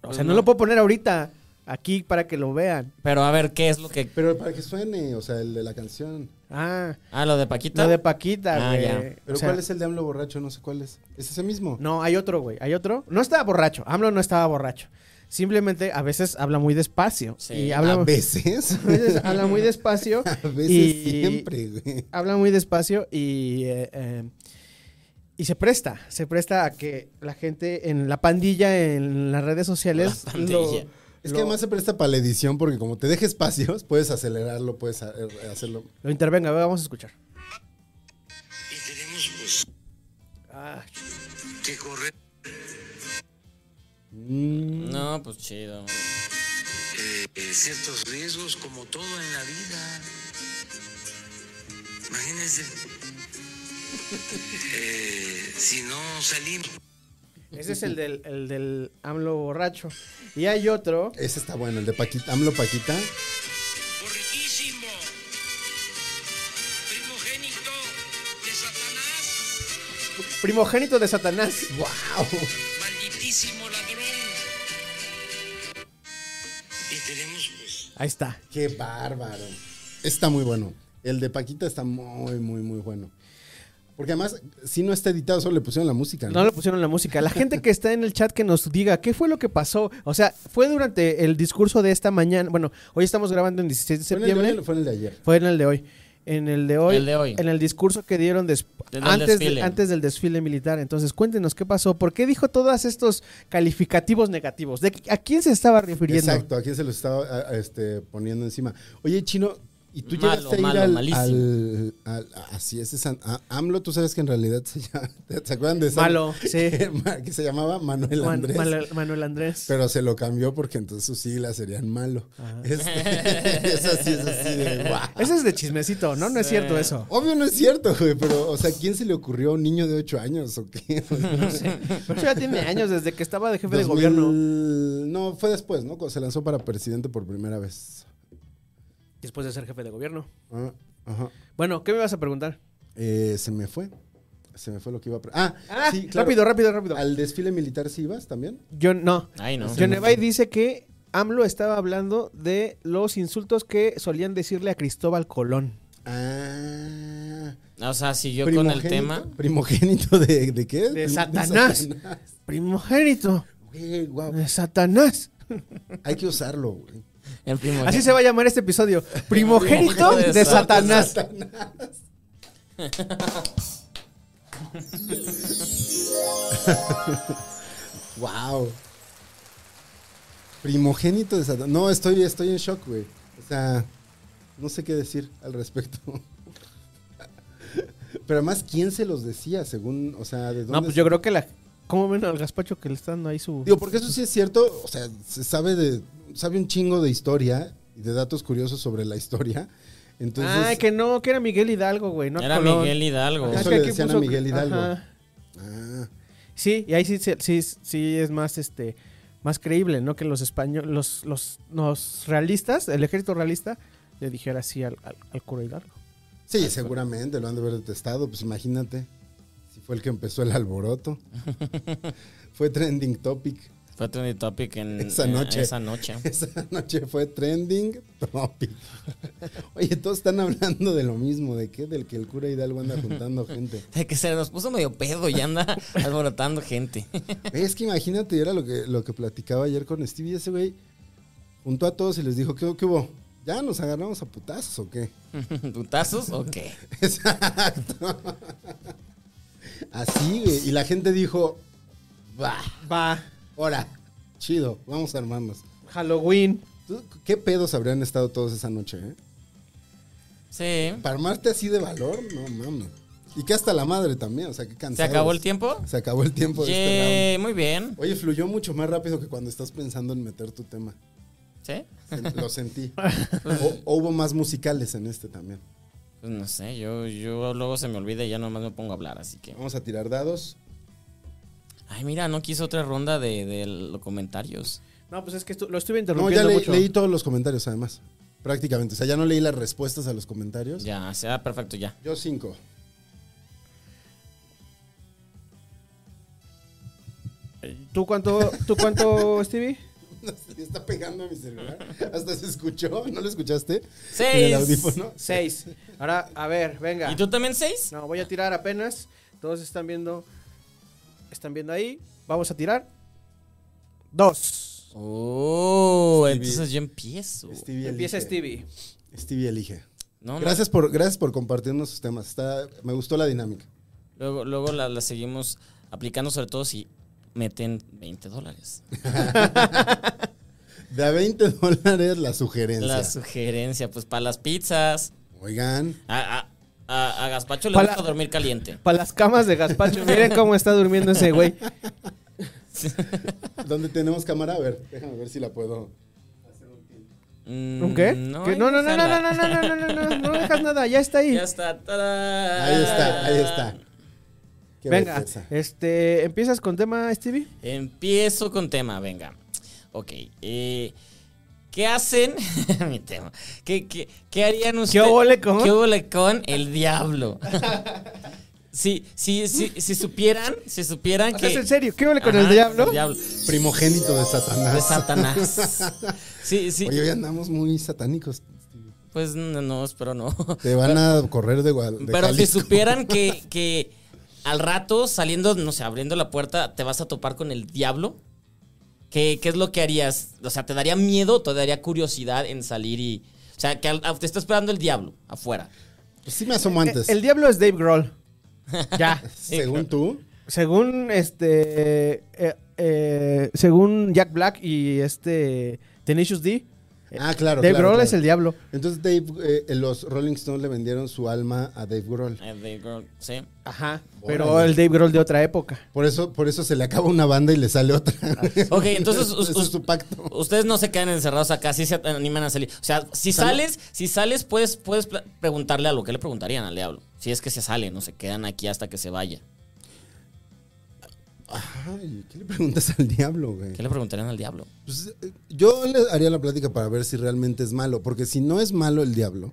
Pues
O sea, no. lo puedo poner ahorita, aquí, para que lo vean.
Pero a ver, ¿qué es lo que.
Pero para que suene, o sea, el de la canción.
Ah,
Ah, lo de Paquita.
lo de Paquita,
Ah,
güey.
ya.
¿Pero
O sea,
cuál es el de AMLO borracho? No sé cuál es. ¿Es ese mismo?
No, hay otro, güey. Hay otro. No estaba borracho. AMLO no estaba borracho. Simplemente a veces habla muy despacio.
Sí,
y
A
habla,
veces.
a veces habla muy despacio.
A veces
y-
siempre, güey.
Habla muy despacio y. eh, eh, y se presta, se presta a que la gente en la pandilla, en las redes sociales.
La
lo-
pandilla.
Es
lo-
que además se presta para la edición porque como te deja espacios, puedes acelerarlo, puedes ha- eh, hacerlo.
Lo intervenga, a ver, vamos a escuchar.
Y tenemos pues,
Ah,
que correr
No, pues chido.
eh, eh, ciertos riesgos como todo en la vida. Imagínense. eh, si no salimos.
ese es el del, el del AMLO borracho. Y hay otro.
Ese está bueno, el de Paquita, AMLO Paquita.
riquísimo, primogénito de Satanás,
Primogénito de Satanás.
¡Wow!
malditísimo ladrón. Y tenemos pues
Ahí está.
¡Qué bárbaro! Está muy bueno. El de Paquita está muy, muy, muy bueno. Porque además, si no está editado, solo le pusieron la música.
No le pusieron la música. La gente que está en el chat que nos diga qué fue lo que pasó. O sea, fue durante el discurso de esta mañana. Bueno, hoy estamos grabando en 16 de
¿Fue en el de
septiembre.
hoy o fue en el de ayer?
Fue en el de hoy. En el de hoy.
El de hoy.
En el discurso que dieron des-
Del
antes, de-
desfile.
antes del desfile militar. Entonces, cuéntenos qué pasó. ¿Por qué dijo todos estos calificativos negativos? ¿De qué- ¿A quién se estaba refiriendo?
Exacto, aquí se los estaba a- a- este, poniendo encima. Oye, Chino, ¿y tú
Malo,
llegaste a ir
malo,
al,
malísimo.
al- al- a- Así es, es an- a- AMLO, tú sabes que en realidad se llama... ¿Te acuerdan de esa?
Malo, sí.
que se llamaba Manuel
Man-
Andrés.
Manuel- Manuel Andrés.
Pero se lo cambió porque entonces sus siglas serían malo.
Ajá.
Este, es así, es así de guau.
Eso es de chismecito, ¿no? No es cierto eso.
Obvio no es cierto, güey, pero, o sea, ¿quién se le ocurrió a un niño de 8 años o qué?
No sé. Pero eso ya tiene años desde que estaba de jefe de
2000,
gobierno.
No, fue después, ¿no? Cuando se lanzó para presidente por primera vez.
Después de ser jefe de gobierno.
Ah, ajá.
Bueno, ¿qué me vas a preguntar?
Eh, se me fue. Se me fue lo que iba a. pre- Ah,
Ah,
sí, claro.
rápido, rápido, rápido.
¿Al desfile militar sí ibas también?
Yo no.
Ay, no.
Yonevay dice que AMLO estaba hablando de los insultos que solían decirle a Cristóbal Colón.
Ah.
O sea, siguió con el
primogénito-
tema.
¿Primogénito de, de qué?
De
Prim-
Satanás.
Satanás.
Primogénito
Güey, guau.
de Satanás.
Hay que usarlo, güey.
El primogénito.
Así se va a llamar este episodio. Primogénito
Primogénito de
de Satanás.
Wow. Primogénito de Satanás. No, estoy, estoy en shock, güey. O sea, no sé qué decir al respecto. Pero además, ¿quién se los decía? Según, o sea, ¿de dónde?
No, pues yo creo que la... ¿Cómo ven al gazpacho que le están dando ahí su...?
Digo, porque eso sí es cierto, o sea, se sabe de, sabe un chingo de historia y de datos curiosos sobre la historia. Entonces,
Ah,
Ay, Ah, que no, que era Miguel Hidalgo, güey, no
Era
Colón.
Miguel Hidalgo.
Ajá,
Eso
que
le
aquí
decían a Miguel Hidalgo.
Ajá.
ah,
Sí, y ahí sí, se- sí, sí es más, este, más creíble, ¿no? Que los españoles, los, los, los realistas, el ejército realista, le dijera así al, al, al cura Hidalgo.
sí, seguramente lo han de haber detestado, pues imagínate, si fue el que empezó el alboroto. fue trending topic.
Fue trending topic en
Esa
en-
noche.
Mm, Esa noche.
Esa noche fue trending topic. Oye, todos están hablando de lo mismo, ¿de qué? Del que el cura Hidalgo anda juntando gente.
De que se nos puso medio pedo y anda alborotando gente.
Es que imagínate, era lo que, lo que platicaba ayer con Stevie, ese güey juntó a todos y les dijo, ¿qué, qué hubo? ¿Ya nos agarramos a putazos o qué?
¿Putazos o qué?
Exacto. Así, güey. Y la gente dijo, va,
Va,
ahora, chido, vamos a armarnos.
Halloween.
¿Tú- ¿Qué pedos habrían estado todos esa noche, eh?
Sí.
Para armarte así de valor, no mames. Y que hasta la madre también, o sea, que
¿Se
cansado.
acabó el tiempo?
Se acabó el tiempo de este round.
Yay, muy bien.
Oye, fluyó mucho más rápido que cuando estás pensando en meter tu tema.
¿Sí?
Sen- Lo sentí. O- o hubo más musicales en este también.
Pues no sé, yo, yo luego se me olvida y ya nomás me pongo a hablar, así que.
Vamos a tirar dados.
Ay, mira, no quiso otra ronda de, de los comentarios.
No, pues es que estu- lo estuve
No,
interrumpiendo
ya le-
mucho.
leí todos los comentarios además. Prácticamente. O sea, ya no leí las respuestas a los comentarios.
Ya, sea perfecto, ya.
Yo cinco.
¿Tú cuánto, ¿Tú cuánto, Stevie?
No sé, le está pegando a mi celular. Hasta se escuchó. ¿No lo escuchaste?
Seis.
En el audífono.
Seis. Ahora, a ver, venga.
¿Y tú también seis?
No, voy a tirar apenas. Todos están viendo. Están viendo ahí. Vamos a tirar. Dos.
Oh,
Stevie.
entonces yo empiezo.
Stevie
Empieza
elige.
Stevie.
Stevie elige.
No, no.
Gracias por, gracias por compartirnos sus temas. Está, me gustó la dinámica.
Luego, luego la, la seguimos aplicando, sobre todo si meten 20 dólares.
De a 20 dólares la sugerencia.
La sugerencia, pues para las pizzas.
Oigan,
A, a, a, a Gaspacho le
Pa' la-
gusta dormir caliente.
Para las camas de Gaspacho. Miren cómo está durmiendo ese güey.
¿dónde tenemos cámara? A ver, déjame ver si la puedo.
Mm,
¿Un qué? ¿Qué?
hay
No,
que
no, no, no, no, no,
usarla.
no, no, no, no, no dejas nada. Ya está ahí.
Ya está. ¡Tarán!
Ahí está, ahí está. Qué
Venga,
belleza.
este, ¿empiezas con tema, Stevie?
Empiezo con tema, venga. Ok. eh, ¿Qué hacen? Mi tema. ¿Qué, qué, qué harían ustedes?
ole con?
¿Qué ole con el diablo? si, si, si, si supieran, si supieran
O
que.
sea, ¿es en serio? ¿Qué huele con el
Ajá,
diablo?
el
Primogénito de Satanás.
De Satanás. Sí, sí.
Oye, hoy andamos muy satánicos.
Pues no, no, espero no.
Te van a correr de, Guadal- de
Pero si
Jalisco.
supieran que, que al rato, saliendo, no sé, abriendo la puerta, te vas a topar con el diablo, ¿qué, qué es lo que harías? O sea, ¿te daría miedo, te daría curiosidad en salir y... O sea, que al- te está esperando el diablo afuera.
Pues sí me asomo antes.
El diablo es Dave Grohl. Ya.
Según tú,
Según este. eh, eh, según Jack Black y este. Tenacious D.
Ah, claro,
Dave
claro,
Grohl
claro.
es el diablo.
entonces Dave, eh, los Rolling Stones le vendieron su alma a Dave Grohl.
Eh, de- girl, sí.
Ajá. Pero
Órale.
el Dave Grohl de otra época.
Por eso, por eso se le acaba una banda y le sale otra.
Ok, entonces, us-
Ese es
us-
su pacto.
Ustedes no se quedan encerrados acá, sí se animan a salir. O sea, si sales, si sales, puedes, puedes pla- preguntarle algo. ¿Qué le preguntarían al diablo? Si es que se sale, no se quedan aquí hasta que se vaya.
Ay, ¿qué le preguntas al diablo, güey?
¿Qué le preguntarían al diablo?
Pues, eh, yo le haría la plática para ver si realmente es malo, porque si no es malo el diablo,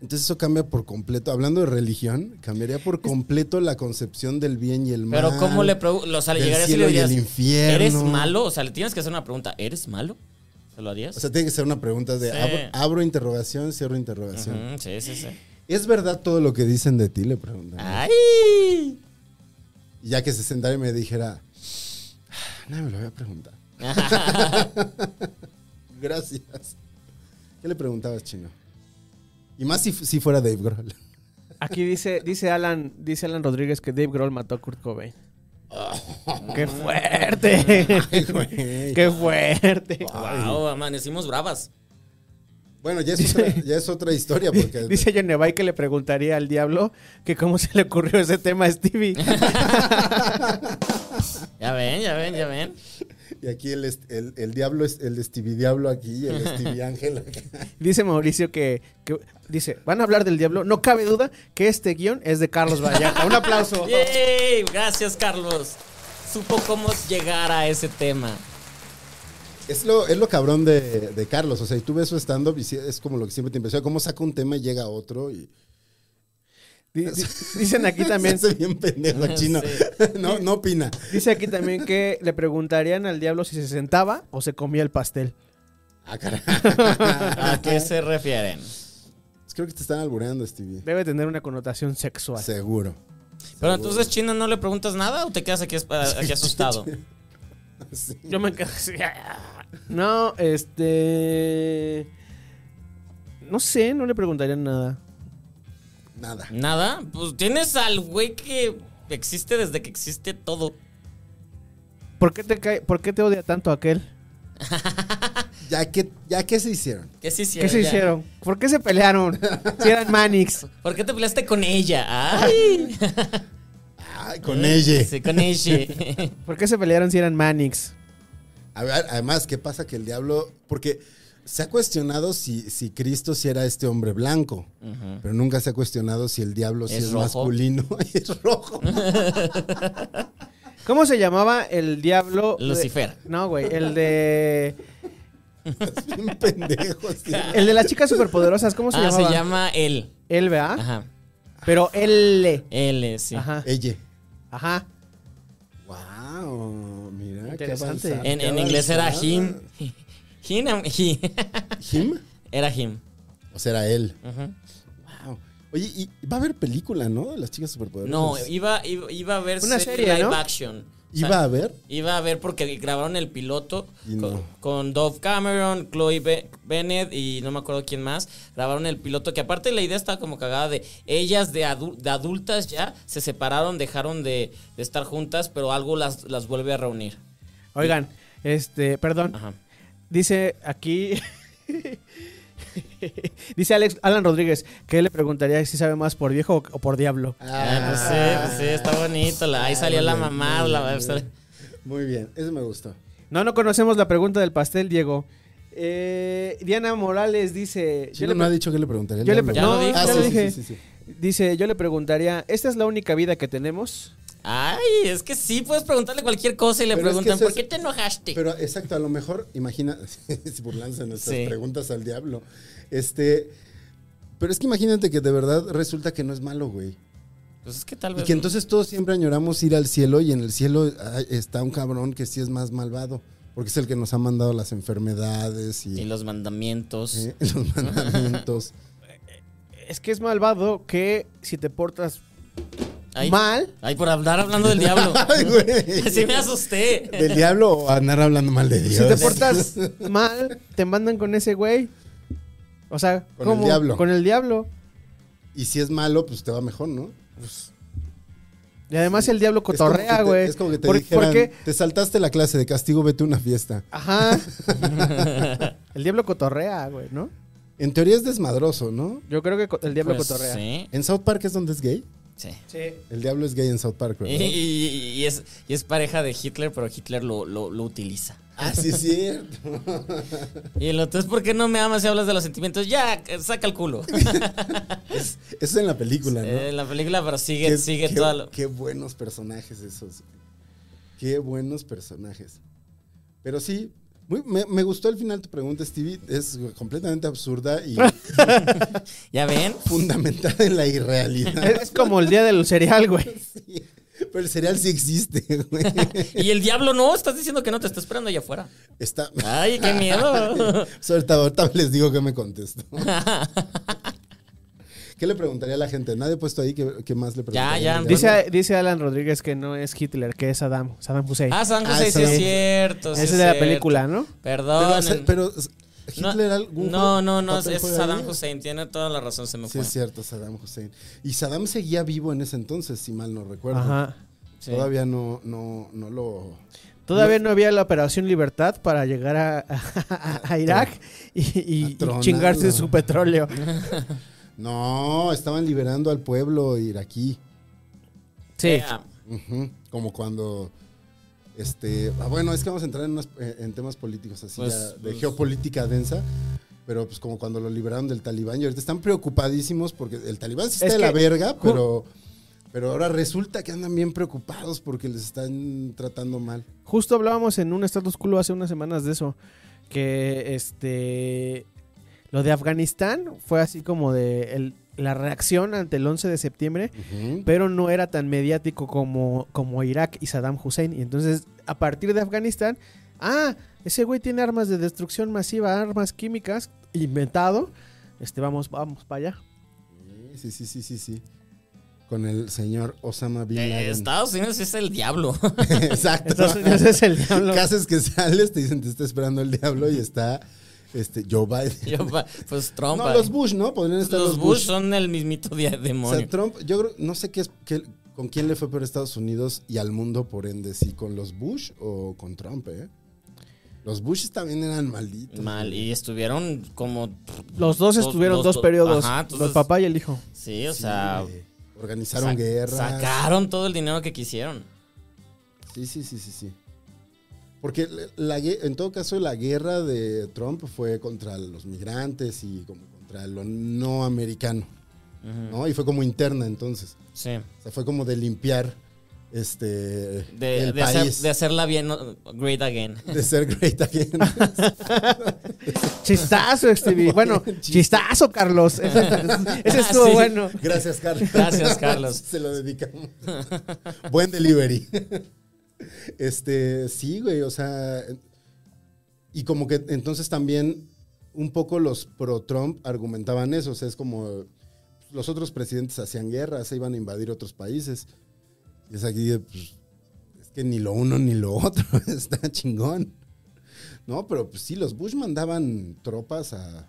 entonces eso cambia por completo. Hablando de religión, cambiaría por completo la concepción del bien y el mal.
Pero cómo le preguntas, o sea, le
del
llegarías y
cielo
le
y
dirías,
el infierno.
¿eres malo? O sea, le tienes que hacer una pregunta, ¿eres malo? ¿Se lo harías?
O sea, tiene que ser una pregunta de
Sí.
abro, abro interrogación, cierro interrogación.
Ujú, Mm, sí, sí, sí.
¿Es verdad todo lo que dicen de ti? Le preguntan.
¡Ay!
Y Ya que se sentara y me dijera, "Ah, nadie me lo había preguntado. Gracias. ¿Qué le preguntabas, chino? Y más si, si fuera Dave Grohl.
Aquí dice, dice Alan, dice Alan Rodríguez que Dave Grohl mató a Kurt Cobain. ¡Qué fuerte!
Ay, güey. Ah,
¡Qué fuerte!
¡Wow! Amanecimos bravas.
Bueno, ya es, otra, ya es otra historia porque
Dice John Nevay que le preguntaría al diablo que cómo se le ocurrió ese tema a Stevie.
Ya ven, ya ven, ya ven.
y aquí el, est- el, el diablo es el Stevie Diablo aquí y el Stevie Ángel acá.
Dice Mauricio que, que- dice, van a hablar del diablo. No cabe duda que este guión es de Carlos Vallarta. Un
Oh.
aplauso.
¡Yay! Gracias, Carlos. Supo cómo llegar a ese tema.
Es lo, es lo cabrón de, de Carlos. O sea, y tú ves su stand-up y sí, es como lo que siempre te impresiona. Cómo saca un tema y llega a otro y
Di- di- dicen aquí también,
Se hace bien pendejo chino. No, no opina.
dice aquí también que le preguntarían al diablo si se sentaba o se comía el pastel.
Ah, caray.
Ah,
¿A qué se refieren?
Creo que te están albureando, Stevie.
Debe tener una connotación sexual.
Seguro.
Pero entonces, Chino, ¿no le preguntas nada o te quedas aquí, aquí asustado?
Yo me quedo así. No, este... No sé, no le preguntarían nada.
Nada.
Nada, pues tienes al güey que existe desde que existe todo.
¿Por qué te, cae, ¿por qué te odia tanto aquel?
Ya que, ya que se hicieron.
¿Qué se hicieron?
¿Qué se
ya?
hicieron? ¿Por qué se pelearon? Si eran Manix.
¿Por qué te peleaste con ella? Ay.
Ay, con
Eh,
ella.
Sí, con ella.
¿Por qué se pelearon si eran Manix?
A ver, además, ¿qué pasa que el diablo? Porque se ha cuestionado si, si Cristo si era este hombre blanco,
Ujú.
pero nunca se ha cuestionado si el diablo si
¿Es
es,
rojo?
masculino y es rojo.
¿Cómo se llamaba el diablo? de-
Lucifer.
No, güey, el de...
Es bien pendejo. sí.
El de las chicas superpoderosas, ¿cómo se
Ah, se
llamaba?
llama él.
Él, ¿verdad?
Ajá.
Pero él.
Él, sí.
Ajá.
Ella.
Ajá.
Wow, mira,
Interesante.
qué avanzada,
En,
qué
en inglés era
avanzada.
him. Him, am- he.
¿Him?
Era him.
O sea, era él.
Ujú.
Wow. Oye, y y va a haber película, ¿no? De las chicas superpoderosas.
No, iba, iba, iba a haber
Una
serie
serie,
live
¿no?
action. O sea,
iba a haber.
Iba a ver porque grabaron el piloto
Y
con,
no.
con Dove Cameron, Chloe Be- Bennett y no me acuerdo quién más. Grabaron el piloto que aparte la idea estaba como cagada de ellas de, adu- de adultas ya se separaron, dejaron de, de estar juntas, pero algo las, las vuelve a reunir.
Oigan, este, perdón.
Ajá.
Dice aquí. Dice Alex, Alan Rodríguez que él le preguntaría si sabe más por viejo o, o por diablo.
Ah, no sé, pues sí, Ah, está bonito. la- ahí salió la mamá. la-
Muy bien, eso me gustó.
No, no conocemos la pregunta del pastel, Diego. Eh, Diana Morales dice. yo
Chile
le
no ha
pre-
dicho que le preguntaría.
yo le
diablo.
pre-
Ya lo
no,
dijo.
ya
Ah,
lo
sí, sí,
dije.
sí, sí.
Dice, yo le preguntaría, ¿esta es la única vida que tenemos?
Ay, es que sí, puedes preguntarle cualquier cosa y le
Pero es que
preguntan,
eso
¿por
es-
qué te enojaste?
Pero exacto, a lo mejor, imagina, si burlándose de nuestras
Sí.
preguntas al diablo. Este, pero es que imagínate que de verdad resulta que no es malo, güey.
pues es que tal
Y
vez.
que entonces todos siempre añoramos ir al cielo y en el cielo ay, está un cabrón que sí es más malvado, porque es el que nos ha mandado las enfermedades y,
Y los mandamientos.
eh, los mandamientos.
Es que es malvado que si te portas
Ay,
mal,
ay, por hablar hablando del diablo.
Ay, güey.
Sí me asusté.
¿Del diablo o andar hablando mal de Dios?
si te portas mal, te mandan con ese güey. O sea,
Con el diablo.
Con el diablo.
Y si es malo, pues te va mejor, ¿no?
Y además el diablo
Es como que
cotorrea,
te-
güey.
Es como que te
¿Por,
dijeran,
por qué?
te saltaste la clase de castigo, vete a una fiesta.
Ajá. el diablo cotorrea, güey, ¿no?
En teoría es desmadroso, ¿no?
Yo creo que co- el diablo
Pues
cotorrea.
Sí,
En South Park es donde es gay.
sí.
Sí.
El diablo es gay en South Park,
Y,
¿verdad?
y- y es, y es pareja de Hitler, pero Hitler lo, lo, lo utiliza.
Ah, sí, es cierto.
Y el otro es, ¿por qué no me amas si hablas de los sentimientos? Ya, c- saca el culo.
Eso es en la película, ¿no?
Eh, la película, pero sigue,
Qué-
sigue
qué-
toda lo-
Qué buenos personajes esos. Qué buenos personajes. Pero sí, muy- me, me gustó al final tu pregunta, Stevie. Es completamente absurda y
¿Ya ven?
fundamentada en la irrealidad.
Es, es como el día del cereal, güey.
Sí, Pero el cereal sí existe, güey.
Y el diablo no, estás diciendo que no, te está esperando allá afuera.
Está.
Ay, qué miedo.
So, ahorita, ahorita les digo que me contesto. ¿Qué le preguntaría a la gente? Nadie ha puesto ahí que, más le preguntaría.
ya.
al diablo?
Dice, dice Alan Rodríguez que no es Hitler, que es Saddam, Saddam Hussein.
Ah, San
Ah,
José, sí es
San-
cierto. sí
Ese es de la
cierto.
película, ¿no?
Pero,
Perdón.
o sea, pero, ¿Hitler
no,
algún
no,
juego-
no, no, es,
papel
es
juega
Saddam
ahí?
Hussein, tiene toda la razón, se me
Sí,
fue.
es cierto, Saddam Hussein. Y Saddam seguía vivo en ese entonces, si mal no recuerdo.
Ajá.
Sí.
Todavía no, no, no lo.
Todavía no había la Operación Libertad para llegar a, a- a Irak y, y-
A
y
tronarlo.
chingarse su petróleo.
No, estaban liberando al pueblo iraquí.
Sí.
Ya.
Ujú, Como cuando. Este, ah, bueno, es que vamos a entrar en, unas- eh, en temas políticos así
Pues,
ya de
pues.
geopolítica densa, pero pues como cuando lo liberaron del talibán y ahorita están preocupadísimos porque el talibán sí está
Es
de la
que-
verga, pero, pero ahora resulta que andan bien preocupados porque les están tratando mal.
Justo hablábamos en un status quo hace unas semanas de eso. Que este. Lo de Afganistán fue así como de el- la reacción ante el 11 de septiembre,
Ujú.
pero no era tan mediático como, como Irak y Saddam Hussein. Y entonces, a partir de Afganistán, ah, ese güey tiene armas de destrucción masiva, armas químicas, inventado. Este, vamos, vamos para allá.
Sí, sí, sí, sí, sí. Con el señor Osama Bin
Eh,
Laden.
Estados Unidos es el diablo.
Exacto.
Estados Unidos es el diablo.
¿Qué haces que sales? Te dicen, te está esperando el diablo y está este, Joe Biden.
Yo, pa- pues Trump.
no,
eh.
los Bush, ¿no? Podrían
Los
estar los,
Bush
Bush.
son el mismito dia-
o sea,
demonio.
Trump, yo creo, no sé qué es, qué- con quién le fue peor a Estados Unidos y al mundo, por ende, sí, con los Bush o con Trump, ¿eh? Los Bushes también eran malditos.
Mal, y estuvieron como.
Los dos estuvieron dos, periodos.
Ajá, entonces-
el papá y el hijo.
Sí, o
Sí,
sea.
güey. Organizaron
sa-
guerras.
Sacaron todo el dinero que quisieron.
Sí, sí, sí, sí, sí. Porque le- la, gue- en todo caso la guerra de Trump fue contra los migrantes y como contra lo no americano,
Ujú.
¿no? Y fue como interna entonces.
Sí.
O sea, fue como de limpiar este
De,
el
de hacer-
país.
de hacerla bien, no, great again.
de ser great again.
Chistazo, Stevie. Bueno, chistazo, Carlos. Ese, ese estuvo
Sí.
bueno.
Gracias, Carlos.
Gracias, Carlos.
Se lo dedicamos. Buen delivery. Este, sí, güey, o sea, y como que entonces también un poco los pro-Trump argumentaban eso, o sea, es como los otros presidentes hacían guerra, se iban a invadir otros países. Y es aquí, de, pues, es que ni lo uno ni lo otro, está chingón. No, pero pues sí, los Bush mandaban tropas a...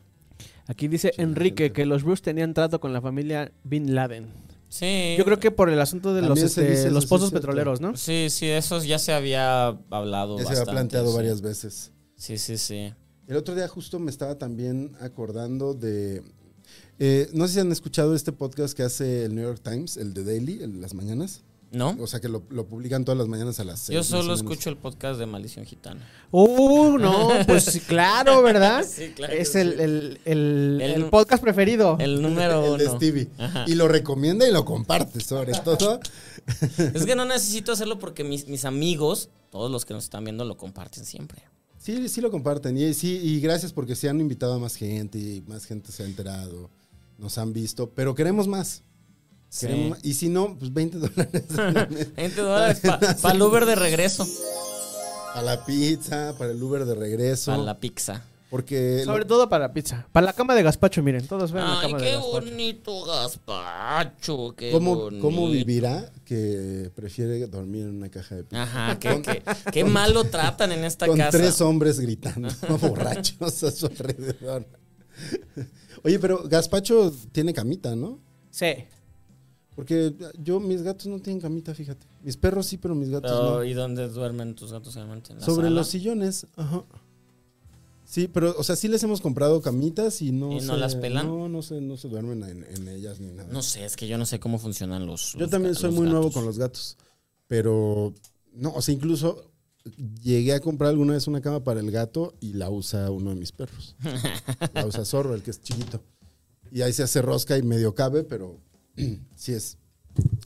Aquí dice
Sí, la
Enrique
gente.
que los Bruce tenían trato con la familia Bin Laden.
Sí.
Yo creo que por el asunto de los,
También se
este,
dice eso,
los
sí,
pozos
es cierto.
petroleros, ¿no?
Sí, sí, eso ya se había hablado
Ya se
bastante.
había planteado
sí.
varias veces.
Sí, sí, sí.
El otro día justo me estaba también acordando de... eh, no sé si han escuchado este podcast que hace el New York Times, el de Daily, en las mañanas.
¿No?
O sea, que lo, lo publican todas las mañanas a las seis.
Yo
más
solo
o menos.
escucho el podcast de Maldición Gitana.
Uh, no, pues sí, claro, ¿verdad?
Sí, claro que
Es el,
sí.
el, el-
El-
el podcast preferido.
El número
El de
uno.
Stevie.
Ajá.
Y lo recomienda y lo comparte, sobre todo.
Es que no necesito hacerlo porque mis, mis amigos, todos los que nos están viendo, lo comparten siempre.
Sí, sí lo comparten. Y, sí, y gracias porque se han invitado a más gente y más gente se ha enterado. Nos han visto, pero queremos más.
Sí.
Queremos más. Y si no, pues 20 dólares
20 dólares para el Uber de regreso.
a la pizza, para el Uber de regreso.
Para la pizza.
Porque
Sobre todo para la pizza. Para la cama de gazpacho, miren. Todos ven la
Ay,
cama de
qué
gazpacho.
bonito gazpacho. Qué
¿Cómo,
bonito.
¿Cómo vivirá que prefiere dormir en una caja de pizza?
Ajá, qué, qué, qué mal lo tratan en esta
Con
casa.
tres hombres gritando, borrachos a su alrededor. Oye, pero Gaspacho tiene camita, ¿no?
Sí.
Porque yo, mis gatos no tienen camita, fíjate. Mis perros sí, pero mis gatos
Pero,
no.
¿Y dónde duermen tus gatos generalmente? ¿En la
Sobre
sala?
los sillones, ajá. Sí, pero, o sea, sí les hemos comprado camitas y no.
¿Y no las pelan?
No, no se, no se duermen en, en ellas ni nada.
No sé, es que yo no sé cómo funcionan los.
Yo también soy muy nuevo con los gatos. Pero, no, o sea, incluso llegué a comprar alguna vez una cama para el gato y la usa uno de mis perros. la usa Zorro, el que es chiquito. Y ahí se hace rosca y medio cabe, pero sí es.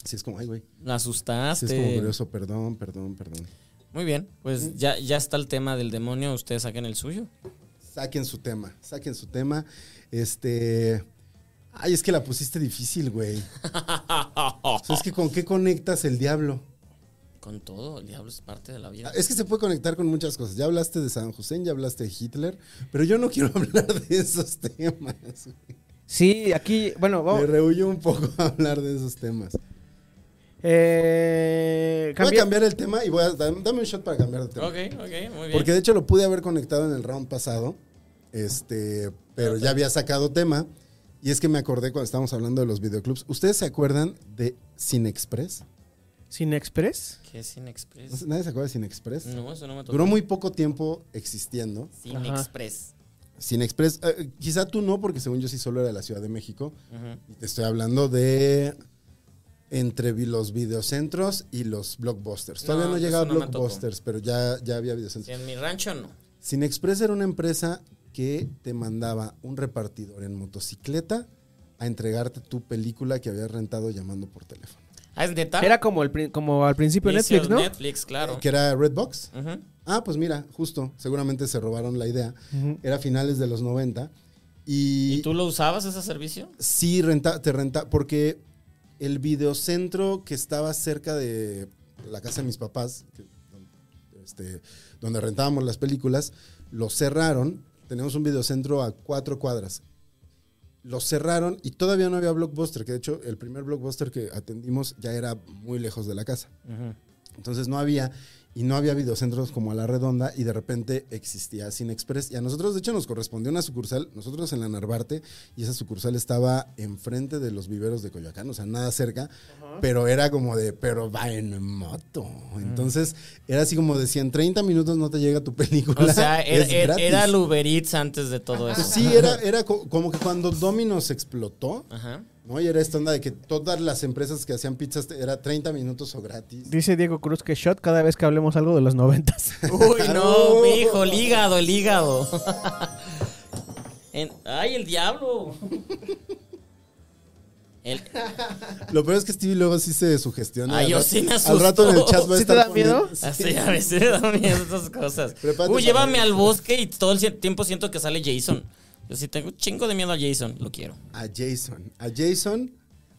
Sí es como, ay, güey.
Me
Sí
asustaste.
es como curioso, perdón, perdón, perdón.
muy bien, pues ya, ya está el tema del demonio. Ustedes saquen el suyo.
Saquen su tema, saquen su tema. Este. Ay, es que la pusiste difícil, güey. O sea, es que con qué conectas el diablo.
Con todo, el diablo es parte de la vida.
Ah, Es que se puede conectar con muchas cosas. Ya hablaste de San José, ya hablaste de Hitler, pero yo no quiero hablar de esos temas.
Sí, aquí, bueno,
Me
vamos.
rehuyo un poco a hablar de esos temas.
Eh,
Voy a
cambia-
cambiar el tema y voy a dam- dame un shot para cambiar de tema.
Ok, ok, muy bien.
Porque de hecho lo pude haber conectado en el round pasado, este, pero ya había sacado tema. Y es que me acordé cuando estábamos hablando de los videoclubs. ¿Ustedes se acuerdan de Cinexpress?
¿Sin Express?
¿Qué es Sin Express?
¿Nadie se acuerda de Cinexpress?
No, eso no me tocó.
Duró muy poco tiempo existiendo.
Sin
Ajá.
Express.
Cinexpress, eh, quizá tú no, porque según yo sí solo era de la Ciudad de México.
Ujú.
Y te estoy hablando de entre vi- los videocentros y los blockbusters. Todavía
No,
no, llegaba
eso no me tocó.
blockbusters, pero ya, ya había
Sí,
videocentros.
En mi rancho no.
Cinexpress era una empresa que te mandaba un repartidor en motocicleta a entregarte tu película que habías rentado llamando por teléfono.
Ah, es de tal.
Era como, el, pri- como al principio Netflix, ¿no?
Netflix, claro.
Que era Redbox.
Ujú.
Ah, pues mira, justo, seguramente se robaron la idea.
Ujú.
Era finales de los 90. Y,
¿Y tú lo usabas ese servicio?
Sí, renta, te renta, porque el videocentro que estaba cerca de la casa de mis papás, que- este, donde rentábamos las películas, lo cerraron. Teníamos un videocentro a cuatro cuadras. Lo cerraron y todavía no había blockbuster, que de hecho el primer blockbuster que atendimos ya era muy lejos de la casa.
Ujú.
Entonces no había. y no había videocentros como a la redonda y de repente existía Cine Express. Y a nosotros, de hecho, nos correspondió una sucursal, nosotros en la Narvarte, y esa sucursal estaba enfrente de los viveros de Coyoacán, o sea, nada cerca, pero era como de, pero va en moto.
Mm.
Entonces, era así como de, si en 30 minutos no te llega tu película,
O sea, era,
es
era,
gratis.
era el Uber Eats antes de todo eso.
Pues sí, era, era co- como que cuando Domino's explotó,
Ajá.
¿no? Y era esta onda de que todas las empresas que hacían pizzas te- era 30 minutos o gratis.
Dice Diego Cruz que shot cada vez que hablemos algo de los noventas.
Uy, no, mi hijo, el hígado, el hígado. En- ay, el diablo. El-
Lo peor es que Stevie luego sí se sugestiona. Al
Ay, Ah, yo
rato-
sí me
Al rato en el
asusto. Ah,
chat va a
¿Sí te
estar
da
poniendo-
miedo?
así a veces me dan miedo esas cosas.
Prepárate
Uy,
para
llévame
ir.
al bosque y todo el sie- tiempo siento que sale Jason. Yo sí tengo un chingo de miedo a Jason, lo quiero.
A Jason. A Jason,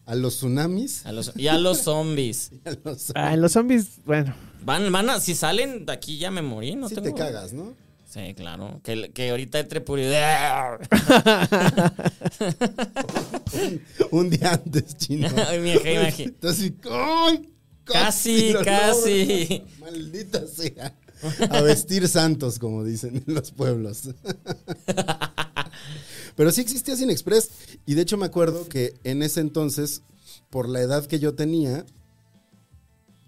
a los tsunamis.
A los- y a los zombies.
a los-
Ah, en los zombies, bueno.
Van, van a, si salen de aquí ya me morí, no
sí
tengo-
te cagas, ¿no?
Sí, claro. Que, que ahorita entre puro y-
Un día antes, chino.
Ay, mi hija, imagínate.
Entonces, ¡ay!
Casi,
lo
casi.
logro! Maldita sea. A vestir santos, como dicen en los pueblos. Pero sí existía Cine Express. Y de hecho me acuerdo que en ese entonces, por la edad que yo tenía,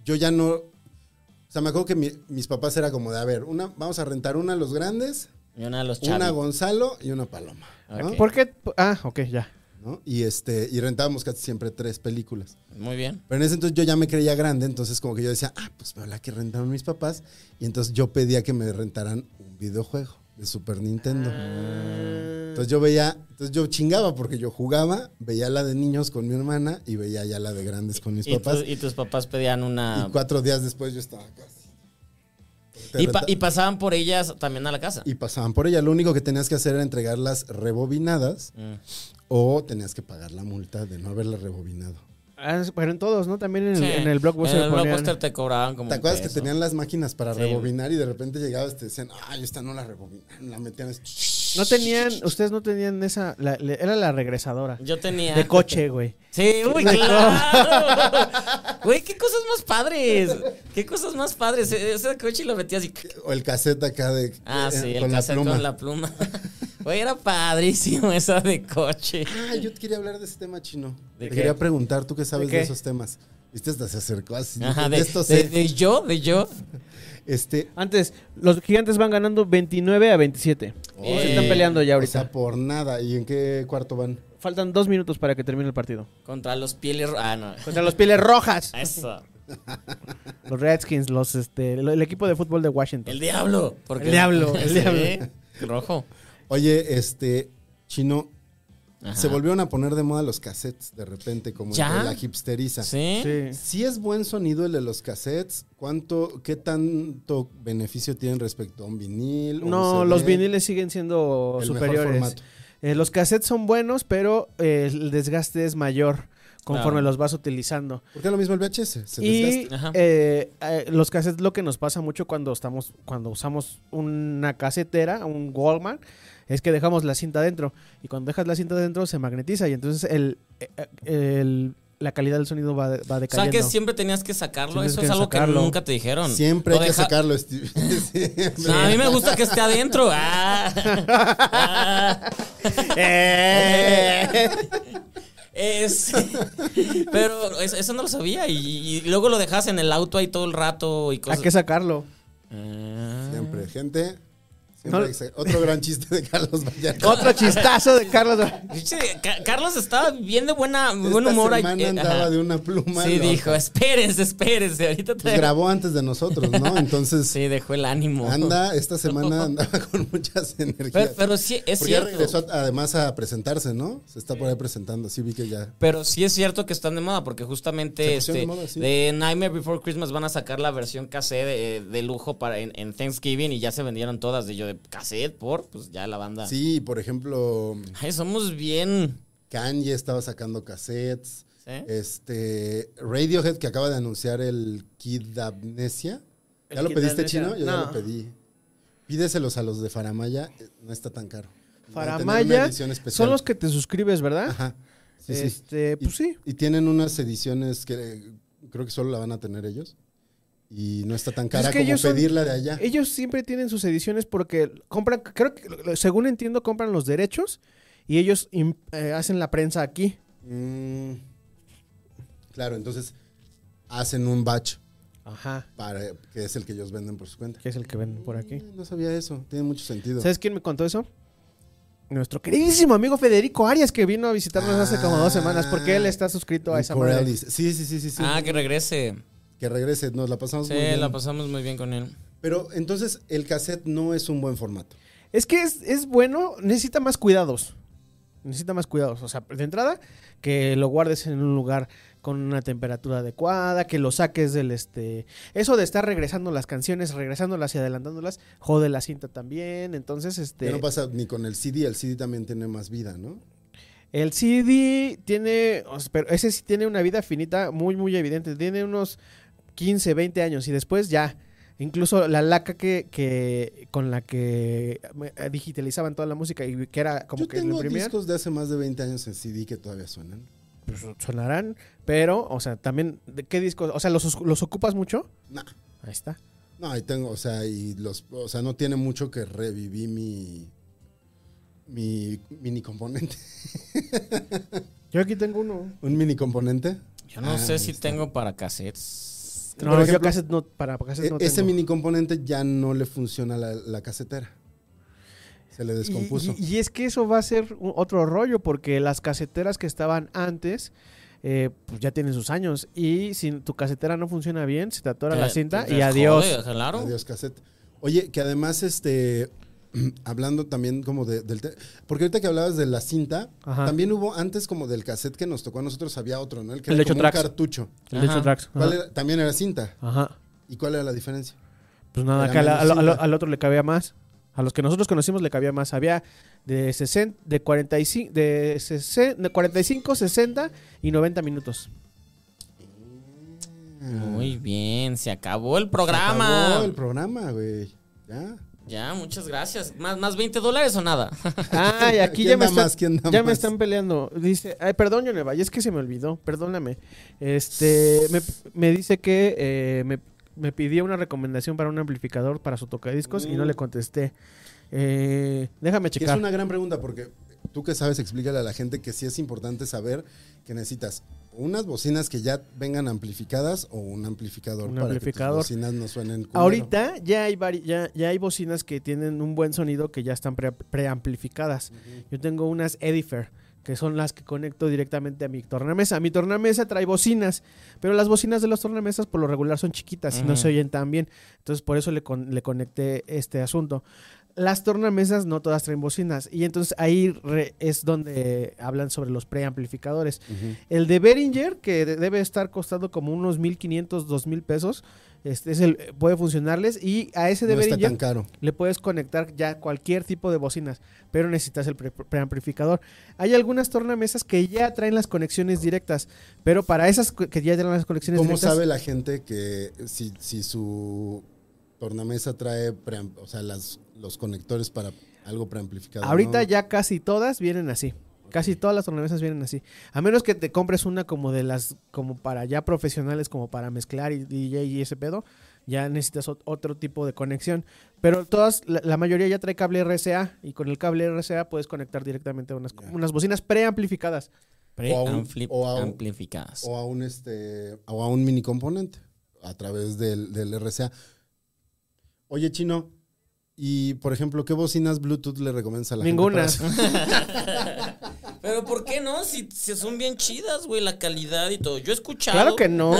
yo ya no... O sea, me acuerdo que mi- mis papás era como de, a ver, una, vamos a rentar una a los grandes,
Y una de los
una
chavis.
Gonzalo y una Paloma. ¿no?
Ok.
¿Por qué? Ah, ok, ya.
¿No? Y, este, y rentábamos casi siempre tres películas.
Muy bien.
Pero en ese entonces yo ya me creía grande, entonces como que yo decía, ah, pues veo la que rentaron mis papás. Y entonces yo pedía que me rentaran un videojuego de Super Nintendo.
Ah.
Entonces yo veía, entonces yo chingaba porque yo jugaba, veía la de niños con mi hermana y veía ya la de grandes con mis
Y,
papás.
tus- y tus papás pedían una...
Y cuatro días después yo estaba casi.
Y, pa- y pasaban por ellas también a la casa.
Y pasaban por ella. Lo único que tenías que hacer era entregarlas rebobinadas
Mm.
o tenías que pagar la multa de no haberla rebobinado.
Ah, pero en todos, ¿no? También en,
Sí.
el, en el blockbuster.
En el
ponían-
blockbuster te cobraban como
¿Te
un
acuerdas que
peso.
tenían las máquinas para
Sí.
rebobinar y de repente llegabas y te decían, ay, esta no la rebobinaron, la metían así.
No tenían, ustedes no tenían esa, la- le- era la regresadora.
Yo tenía...
De coche, güey.
Sí, uy, claro. Güey, qué cosas más padres. Qué cosas más padres. E- Ese coche lo metía así.
O el cassette acá de.
Ah,
eh,
sí, el cassette con la pluma. Güey, era padrísimo esa de coche.
Ah, yo te quería hablar de ese tema chino.
¿De
te
qué?
quería preguntar, tú qué sabes
¿De
¿De,
qué?
esos temas. Viste, hasta se acercó así.
Ajá,
de,
de,
esto
de-
sé.
de yo, de yo.
este.
Antes, los gigantes van ganando 29 a 27.
Eh,
Se están peleando ya
O
ahorita.
sea, por nada. ¿Y en qué cuarto van?
Faltan dos minutos para que termine el partido.
Contra los pieles... ro- Ah, no.
Contra los Pieles Rojas.
Eso.
Los Redskins, los este, lo- el equipo de fútbol de Washington.
El diablo. Porque
El diablo, el
Sí,
diablo.
Rojo.
Oye, este. Chino.
Ajá.
Se volvieron a poner de moda los cassettes de repente, como
¿Ya?
entre la hipsteriza.
¿Sí?
Sí.
Si es buen sonido el de los cassettes, ¿cuánto, qué tanto beneficio tienen respecto a un vinil? o un
No,
CD?
los viniles siguen siendo
El mejor
superiores.
formato.
Eh, los cassettes son buenos, pero eh, el desgaste es mayor conforme
Claro.
los vas utilizando.
Porque es lo mismo el VHS, se
y
desgasta.
desgasta. Ajá.
eh, eh, los cassettes lo que nos pasa mucho cuando estamos cuando usamos una casetera, un Walkman, es que dejamos la cinta dentro y cuando dejas la cinta dentro se magnetiza y entonces el, eh, eh, el- la calidad del sonido va, de- va
O sea
decayendo.
que siempre tenías que sacarlo.
Tienes
Eso
que
es algo
sacarlo.
que nunca te dijeron.
Siempre
Lo
hay que
deja-
sacarlo, Steve. Siempre.
No, a mí me gusta que esté adentro. Ah. Ah.
Eh.
Eh, sí. Pero es- eso no lo sabía. Y, y luego lo dejas en el auto ahí todo el rato y
Hay
cosas.
que sacarlo.
Ah.
Siempre, gente. siempre
No.
hay que sacar- Otro gran chiste de Carlos Vallarta.
Otro chistazo de Carlos.
Pinche, Ca- Carlos estaba bien de buena,
Esta
buen humor. ahí.
semana
Eh,
andaba
ajá.
de una pluma.
Sí,
loca.
dijo, espérense, espérense. Ahorita
Pues
te...
grabó antes de nosotros, ¿no? Entonces,
Sí, dejó el ánimo.
anda, esta semana andaba con muchas energías.
Pero, pero sí, es
Porque ya
cierto.
regresó a- además a presentarse, ¿no? Se está por ahí presentando, sí vi que ya.
Pero sí es cierto que están de moda, porque justamente
Se
este,
pusieron
de,
de moda, sí.
Nightmare Before Christmas van a sacar la versión cassette de, de lujo para en, en Thanksgiving y ya se vendieron todas de yo de cassette por, pues ya la
Ah.
banda.
Sí, por ejemplo,
Ay, somos bien.
Kanye estaba sacando cassettes.
¿sí?
¿Eh?
Este Radiohead que acaba de anunciar el Kid Amnesia.
¿El
¿Ya lo
Kid
pediste
Amnesia?
chino? Yo ya
No.
lo pedí. Pídeselos a los de Faramaya, eh, no está tan caro. Van a tener una
Faramaya
edición especial.
son los que te suscribes, ¿verdad?
Ajá. Sí, sí.
este,
Y-
pues sí.
Y tienen unas ediciones que eh, creo que solo la van a tener ellos. y no está tan
Pues
cara
es que
como
ellos son-
pedirla de allá.
Ellos siempre tienen sus ediciones porque compran, creo que, lo- según entiendo, compran los derechos y ellos im- eh, hacen la prensa aquí.
Mm, claro, entonces hacen un batch
Ajá.
para que es el que ellos venden por su cuenta.
Que es el que ven por aquí.
Eh, No sabía eso, tiene mucho sentido.
¿Sabes quién me contó eso? Nuestro queridísimo amigo Federico Arias, que vino a visitarnos hace como dos semanas, porque él está suscrito a esa
Nicole
madre.
Alice. Sí, sí, sí, sí, sí.
Ah, que regrese.
Que regrese, nos la pasamos
Sí,
muy bien.
la pasamos muy bien con él.
Pero entonces el cassette no es un buen formato.
Es que es, es bueno, necesita más cuidados. Necesita más cuidados. O sea, de entrada, que lo guardes en un lugar con una temperatura adecuada, que lo saques del este. Eso de estar regresando las canciones, regresándolas y adelantándolas, jode la cinta también. Entonces, este.
Ya no pasa ni con el CD, el CD también tiene más vida, ¿no?
El CD tiene, o sea, pero ese sí tiene una vida finita muy, muy evidente. Tiene unos 15, 20 años y después ya. Incluso la laca que, que con la que eh, digitalizaban toda la música y que era como
Yo
que lo
tengo
imprimían,
discos de hace más de 20 años en CD que todavía suenan.
pues, sonarán. Pero, o sea, también, ¿de qué discos? O sea, ¿los, los ocupas mucho?
Nah.
Ahí está.
No, y tengo, o sea, y los, o sea, no tiene mucho que reviví mi mi mini componente.
Yo aquí tengo uno.
¿Un mini componente?
Yo no
Ah,
sé
ahí
si
está.
tengo para cassettes.
No,
Por
yo
ejemplo,
cassette no, para cassette no
E- ese
tengo.
mini componente ya no le funciona a la, la casetera. Se le descompuso.
Y, y- y es que eso va a ser u- otro rollo, porque las caseteras que estaban antes, eh, pues ya tienen sus años. Y si tu casetera no funciona bien, se te atora la
Te-
cinta
te-
y
te
adiós.
jode, claro.
Adiós, cassette. Oye, que además, este, hablando también como de- del... te- porque ahorita que hablabas de la cinta,
Ajá.
también hubo antes como del cassette que nos tocó a nosotros, había otro, ¿no? El que
El
era
de ocho
como
tracks.
un cartucho.
El de
Ajá.
ocho tracks.
¿Cuál
Ajá.
era? También era cinta.
Ajá.
¿Y cuál era la diferencia?
Pues nada,
Era
acá la-
menos
al, al-
cinta.
al otro le cabía más. A los que nosotros conocimos le cabía más. Había de 60, de 45, de, 60, de 45, 60 y 90 minutos.
Muy bien, se acabó el
Se
programa.
acabó el programa, güey. Ya.
Ya, muchas gracias. ¿Más, más 20 dólares o nada?
Ay, aquí
¿Quién
ya me,
da
están,
más? ¿Quién da
ya me
más?
están peleando. Dice, ay, perdón, Yoneva, y es que se me olvidó, perdóname. Este, me, me dice que eh, me, me pidió una recomendación para un amplificador para su tocadiscos y no le contesté. Eh, déjame
Que Mm. es
checar.
una gran pregunta porque tú que sabes, explícale a la gente que sí es importante saber que necesitas unas bocinas que ya vengan amplificadas o un amplificador
Un
para
amplificador.
que tus bocinas no suenen culero.
Ahorita ya hay, vari- ya, ya hay bocinas que tienen un buen sonido que ya están pre- preamplificadas. Yo tengo unas Edifer, que son las que conecto directamente a mi tornamesa. Mi tornamesa trae bocinas, pero las bocinas de los tornamesas por lo regular son chiquitas y no
Ujú.
se oyen tan bien. Entonces por eso le, con- le conecté este asunto. Las tornamesas no todas traen bocinas y entonces ahí re- es donde hablan sobre los preamplificadores.
Ujú.
El de Behringer, que de- debe estar costando como unos 1.500, 2.000 pesos, este es el, puede funcionarles. Y a ese de
No está
Behringer
tan caro.
le puedes conectar ya cualquier tipo de bocinas, pero necesitas el pre- preamplificador. Hay algunas tornamesas que ya traen las conexiones directas, pero para esas cu- que ya traen las conexiones
¿Cómo
directas,
sabe la gente que si, si su tornamesa trae pream- o sea, las, los conectores para algo preamplificado?
ahorita
¿no?
ya casi todas vienen así. Casi todas las tornamesas vienen así. A menos que te compres una como de las, como para ya profesionales, como para mezclar y DJ y ese pedo, ya necesitas ot- otro tipo de conexión. Pero todas, la, la mayoría ya trae cable RCA y con el cable RCA puedes conectar directamente a unas,
Ya.
unas bocinas preamplificadas.
Pre-
O a un-
ampli-
o a un-
amplificadas.
O a un, este, o a un mini componente a través del, del RCA. Oye, Chino, y por ejemplo, ¿qué bocinas Bluetooth le recomiendas a la
Ninguna.
gente?
Pero ¿por qué no? Si, si son bien chidas, güey, la calidad y todo. Yo he escuchado.
Claro que no.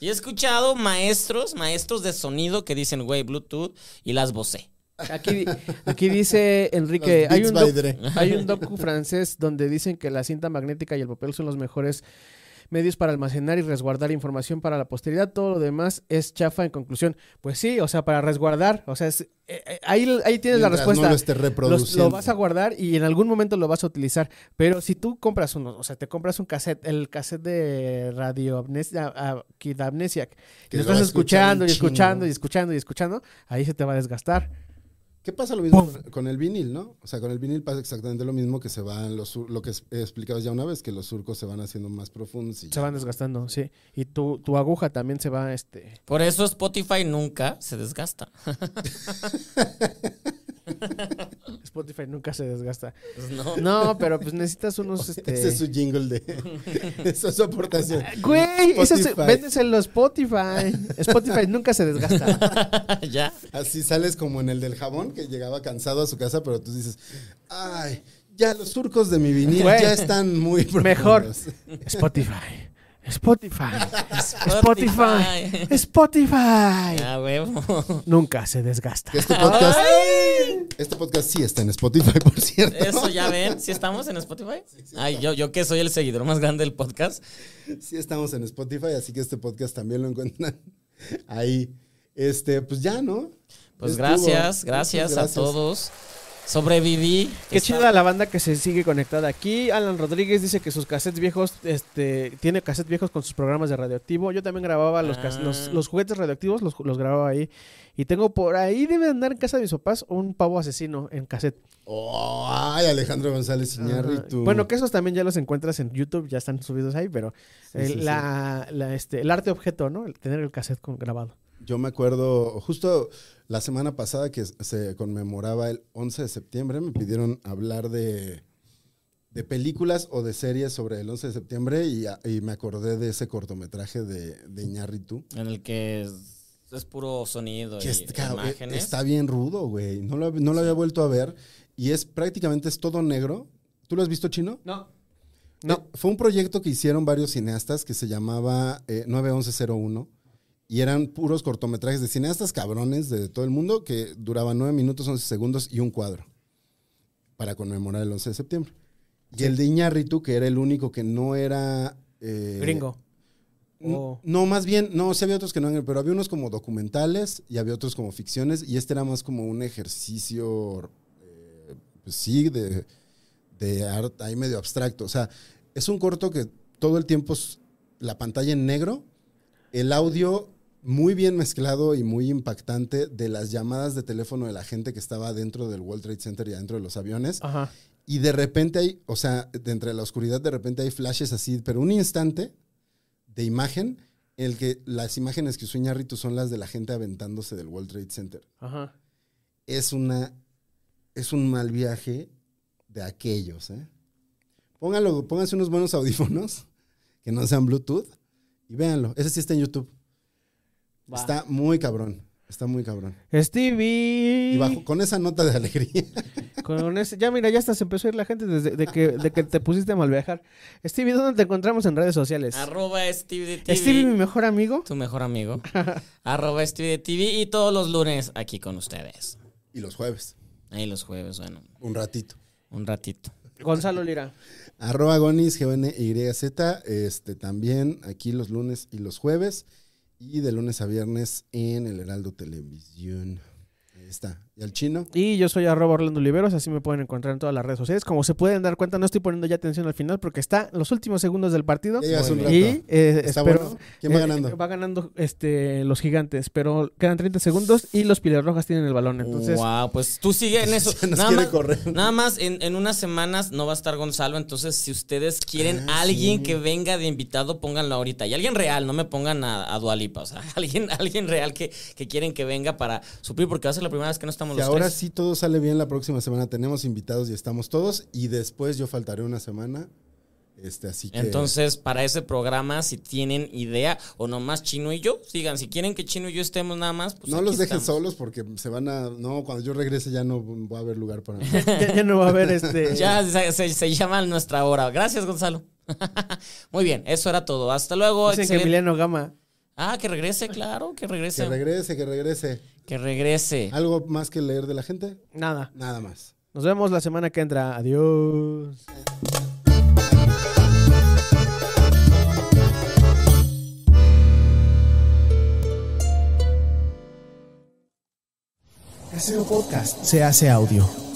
Yo he escuchado maestros, maestros de sonido que dicen, güey, Bluetooth y las vocé.
Aquí, di- aquí dice Enrique,
Los
hay
Beats
un,
by
doc-
Dre.
hay un docu francés donde dicen que la cinta magnética y el papel son los mejores medios para almacenar y resguardar información para la posteridad. Todo lo demás es chafa en conclusión. Pues sí, o sea, para resguardar, o sea, es- eh, eh, ahí, ahí tienes la
Mientras No
respuesta.
lo esté
Los-
reproduciendo.
lo vas a guardar y en algún momento lo vas a utilizar. Pero si tú compras uno, o sea, te compras un cassette, el cassette de Radio Amnesia, a- Kidamnesiac, y
Que
lo
lo vas
estás
a escuchar
escuchando
un
y escuchando
chingo.
y escuchando y escuchando, ahí se te va a desgastar.
¿Qué pasa lo mismo con- con el vinil, no? O sea, con el vinil pasa exactamente lo mismo que se van los sur- lo que es- he explicado ya una vez, que los surcos se van haciendo más profundos y
Se van desgastando, sí. Y tu, tu aguja también se va, este...
Por eso Spotify nunca se desgasta.
Spotify nunca se desgasta.
Pues no.
No, pero pues necesitas unos, este...
Ese es su jingle de. Esa es su aportación.
Güey, ese es-
Spotify.
véndeselo a Spotify. Spotify nunca se desgasta.
ya.
Así sales como en el del jabón que llegaba cansado a su casa, pero tú dices, ay, ya los surcos de mi vinil
Güey.
ya están muy profundos.
Mejor. Spotify. Spotify. Spotify. Spotify.
Ya, huevo.
Nunca se desgasta.
Que Este podcast, este podcast sí está en Spotify, por cierto.
Eso ya ven, si estamos en Spotify. Ay, yo, yo que soy el seguidor más grande del podcast.
Sí estamos en Spotify, así que este podcast también lo encuentran ahí. Este, pues ya, ¿no?
Pues
Estuvo.
gracias,
Muchas
gracias,
gracias.
a todos. Sobreviví.
Qué
Está-
chida la banda que se sigue conectada aquí. Alan Rodríguez dice que sus cassettes viejos, este, tiene cassettes viejos con sus programas de radioactivo. Yo también grababa los, cas-
Ah.
los, los juguetes radioactivos, los, los grababa ahí. Y tengo por ahí, debe andar en casa de mis papás, un pavo asesino en cassette.
Oh, ay, Alejandro González Iñárritu.
Ajá. Bueno, que esos también ya los encuentras en YouTube, ya están subidos ahí, pero
Sí,
eh,
sí, sí.
la, la, este, el arte objeto, ¿no? El tener el cassette con- grabado.
Yo me acuerdo justo la semana pasada que se conmemoraba el 11 de septiembre, me pidieron hablar de, de películas o de series sobre el 11 de septiembre y, y me acordé de ese cortometraje de, de Iñárritu.
En el que es, es puro sonido
Que
y
es- ca-
imágenes.
está bien rudo, güey. No lo, no lo había vuelto a ver y es prácticamente es todo negro. ¿Tú lo has visto chino?
No.
No, Eh, fue un proyecto que hicieron varios cineastas que se llamaba eh, 91101 y eran puros cortometrajes de cineastas cabrones de todo el mundo que duraban 9 minutos, 11 segundos y un cuadro para conmemorar el 11 de septiembre. Y el de Iñárritu, que era el único que no era... eh,
Gringo.
n-
Oh.
No, más bien, no, sí había otros que no eran, pero había unos como documentales y había otros como ficciones y este era más como un ejercicio, eh, pues sí, de, de arte ahí medio abstracto. O sea, es un corto que todo el tiempo es la pantalla en negro, el audio muy bien mezclado y muy impactante de las llamadas de teléfono de la gente que estaba dentro del World Trade Center y adentro de los aviones.
Ajá.
Y de repente hay, o sea, de entre la oscuridad de repente hay flashes así, pero un instante de imagen en el que las imágenes que usó Iñárritu son las de la gente aventándose del World Trade Center.
Ajá.
Es una es un mal viaje de aquellos, ¿eh? Pónganlo, pónganse unos buenos audífonos que no sean Bluetooth y véanlo. Ese sí está en YouTube.
Va.
Está muy cabrón. Está muy cabrón.
Stevie.
Y bajo, con esa nota de alegría.
Con ese, ya mira, ya hasta se empezó a ir la gente desde de que, de que te pusiste a mal viajar. Stevie, ¿dónde te encontramos en redes sociales?
Arroba Steve de TV.
Stevie, mi mejor amigo.
Tu mejor amigo. Arroba Steve de TV. Y todos los lunes aquí con ustedes.
Y los jueves,
Ahí los jueves, bueno,
un ratito.
un ratito.
Gonzalo Lira.
Arroba Gonis, G-O-N-Y-Z. Este, también aquí los lunes y los jueves. Y de lunes a viernes en el Heraldo Televisión. Ahí está. ¿Y al chino?
Y yo soy arroba Orlando Oliveros, así me pueden encontrar en todas las redes sociales. Como se pueden dar cuenta, no estoy poniendo ya atención al final porque está los últimos segundos del partido.
Ya llevas un
Muy
rato.
Y eh,
¿Está
espero-
bueno? ¿Quién va
eh,
ganando?
Va ganando este, los gigantes, pero quedan 30 segundos y los rojas tienen el balón. Entonces,
wow, pues tú sigue en eso.
Ya nos
nada,
quiere
más,
correr.
nada más en, en unas semanas no va a estar Gonzalo. Entonces, si ustedes quieren
Ah,
a alguien
sí.
que venga de invitado, pónganlo ahorita. Y alguien real, no me pongan a, a Dualipa. O sea, alguien, alguien real que, que quieren que venga para suplir, porque va a ser la primera vez que no estamos
Si
los
ahora
tres.
sí todo sale bien, la próxima semana tenemos invitados y estamos todos. Y después yo faltaré una semana. Este, así que.
Entonces, para ese programa, si tienen idea o nomás Chino y yo, sigan. Si quieren que Chino y yo estemos nada más, pues
no
aquí
los dejen
estamos.
solos porque se van a. No, cuando yo regrese ya no va a haber lugar para.
ya, ya no va a haber este.
Ya se, se- se llama nuestra hora. Gracias, Gonzalo. Muy bien, eso era todo. Hasta luego.
Dicen que
excelente-
Emiliano Gama.
Ah, que regrese, claro, que regrese.
que regrese, que regrese.
Que regrese.
¿Algo más que leer de la gente?
Nada.
Nada más.
Nos vemos la semana que entra. Adiós.
Casero Podcast se hace audio.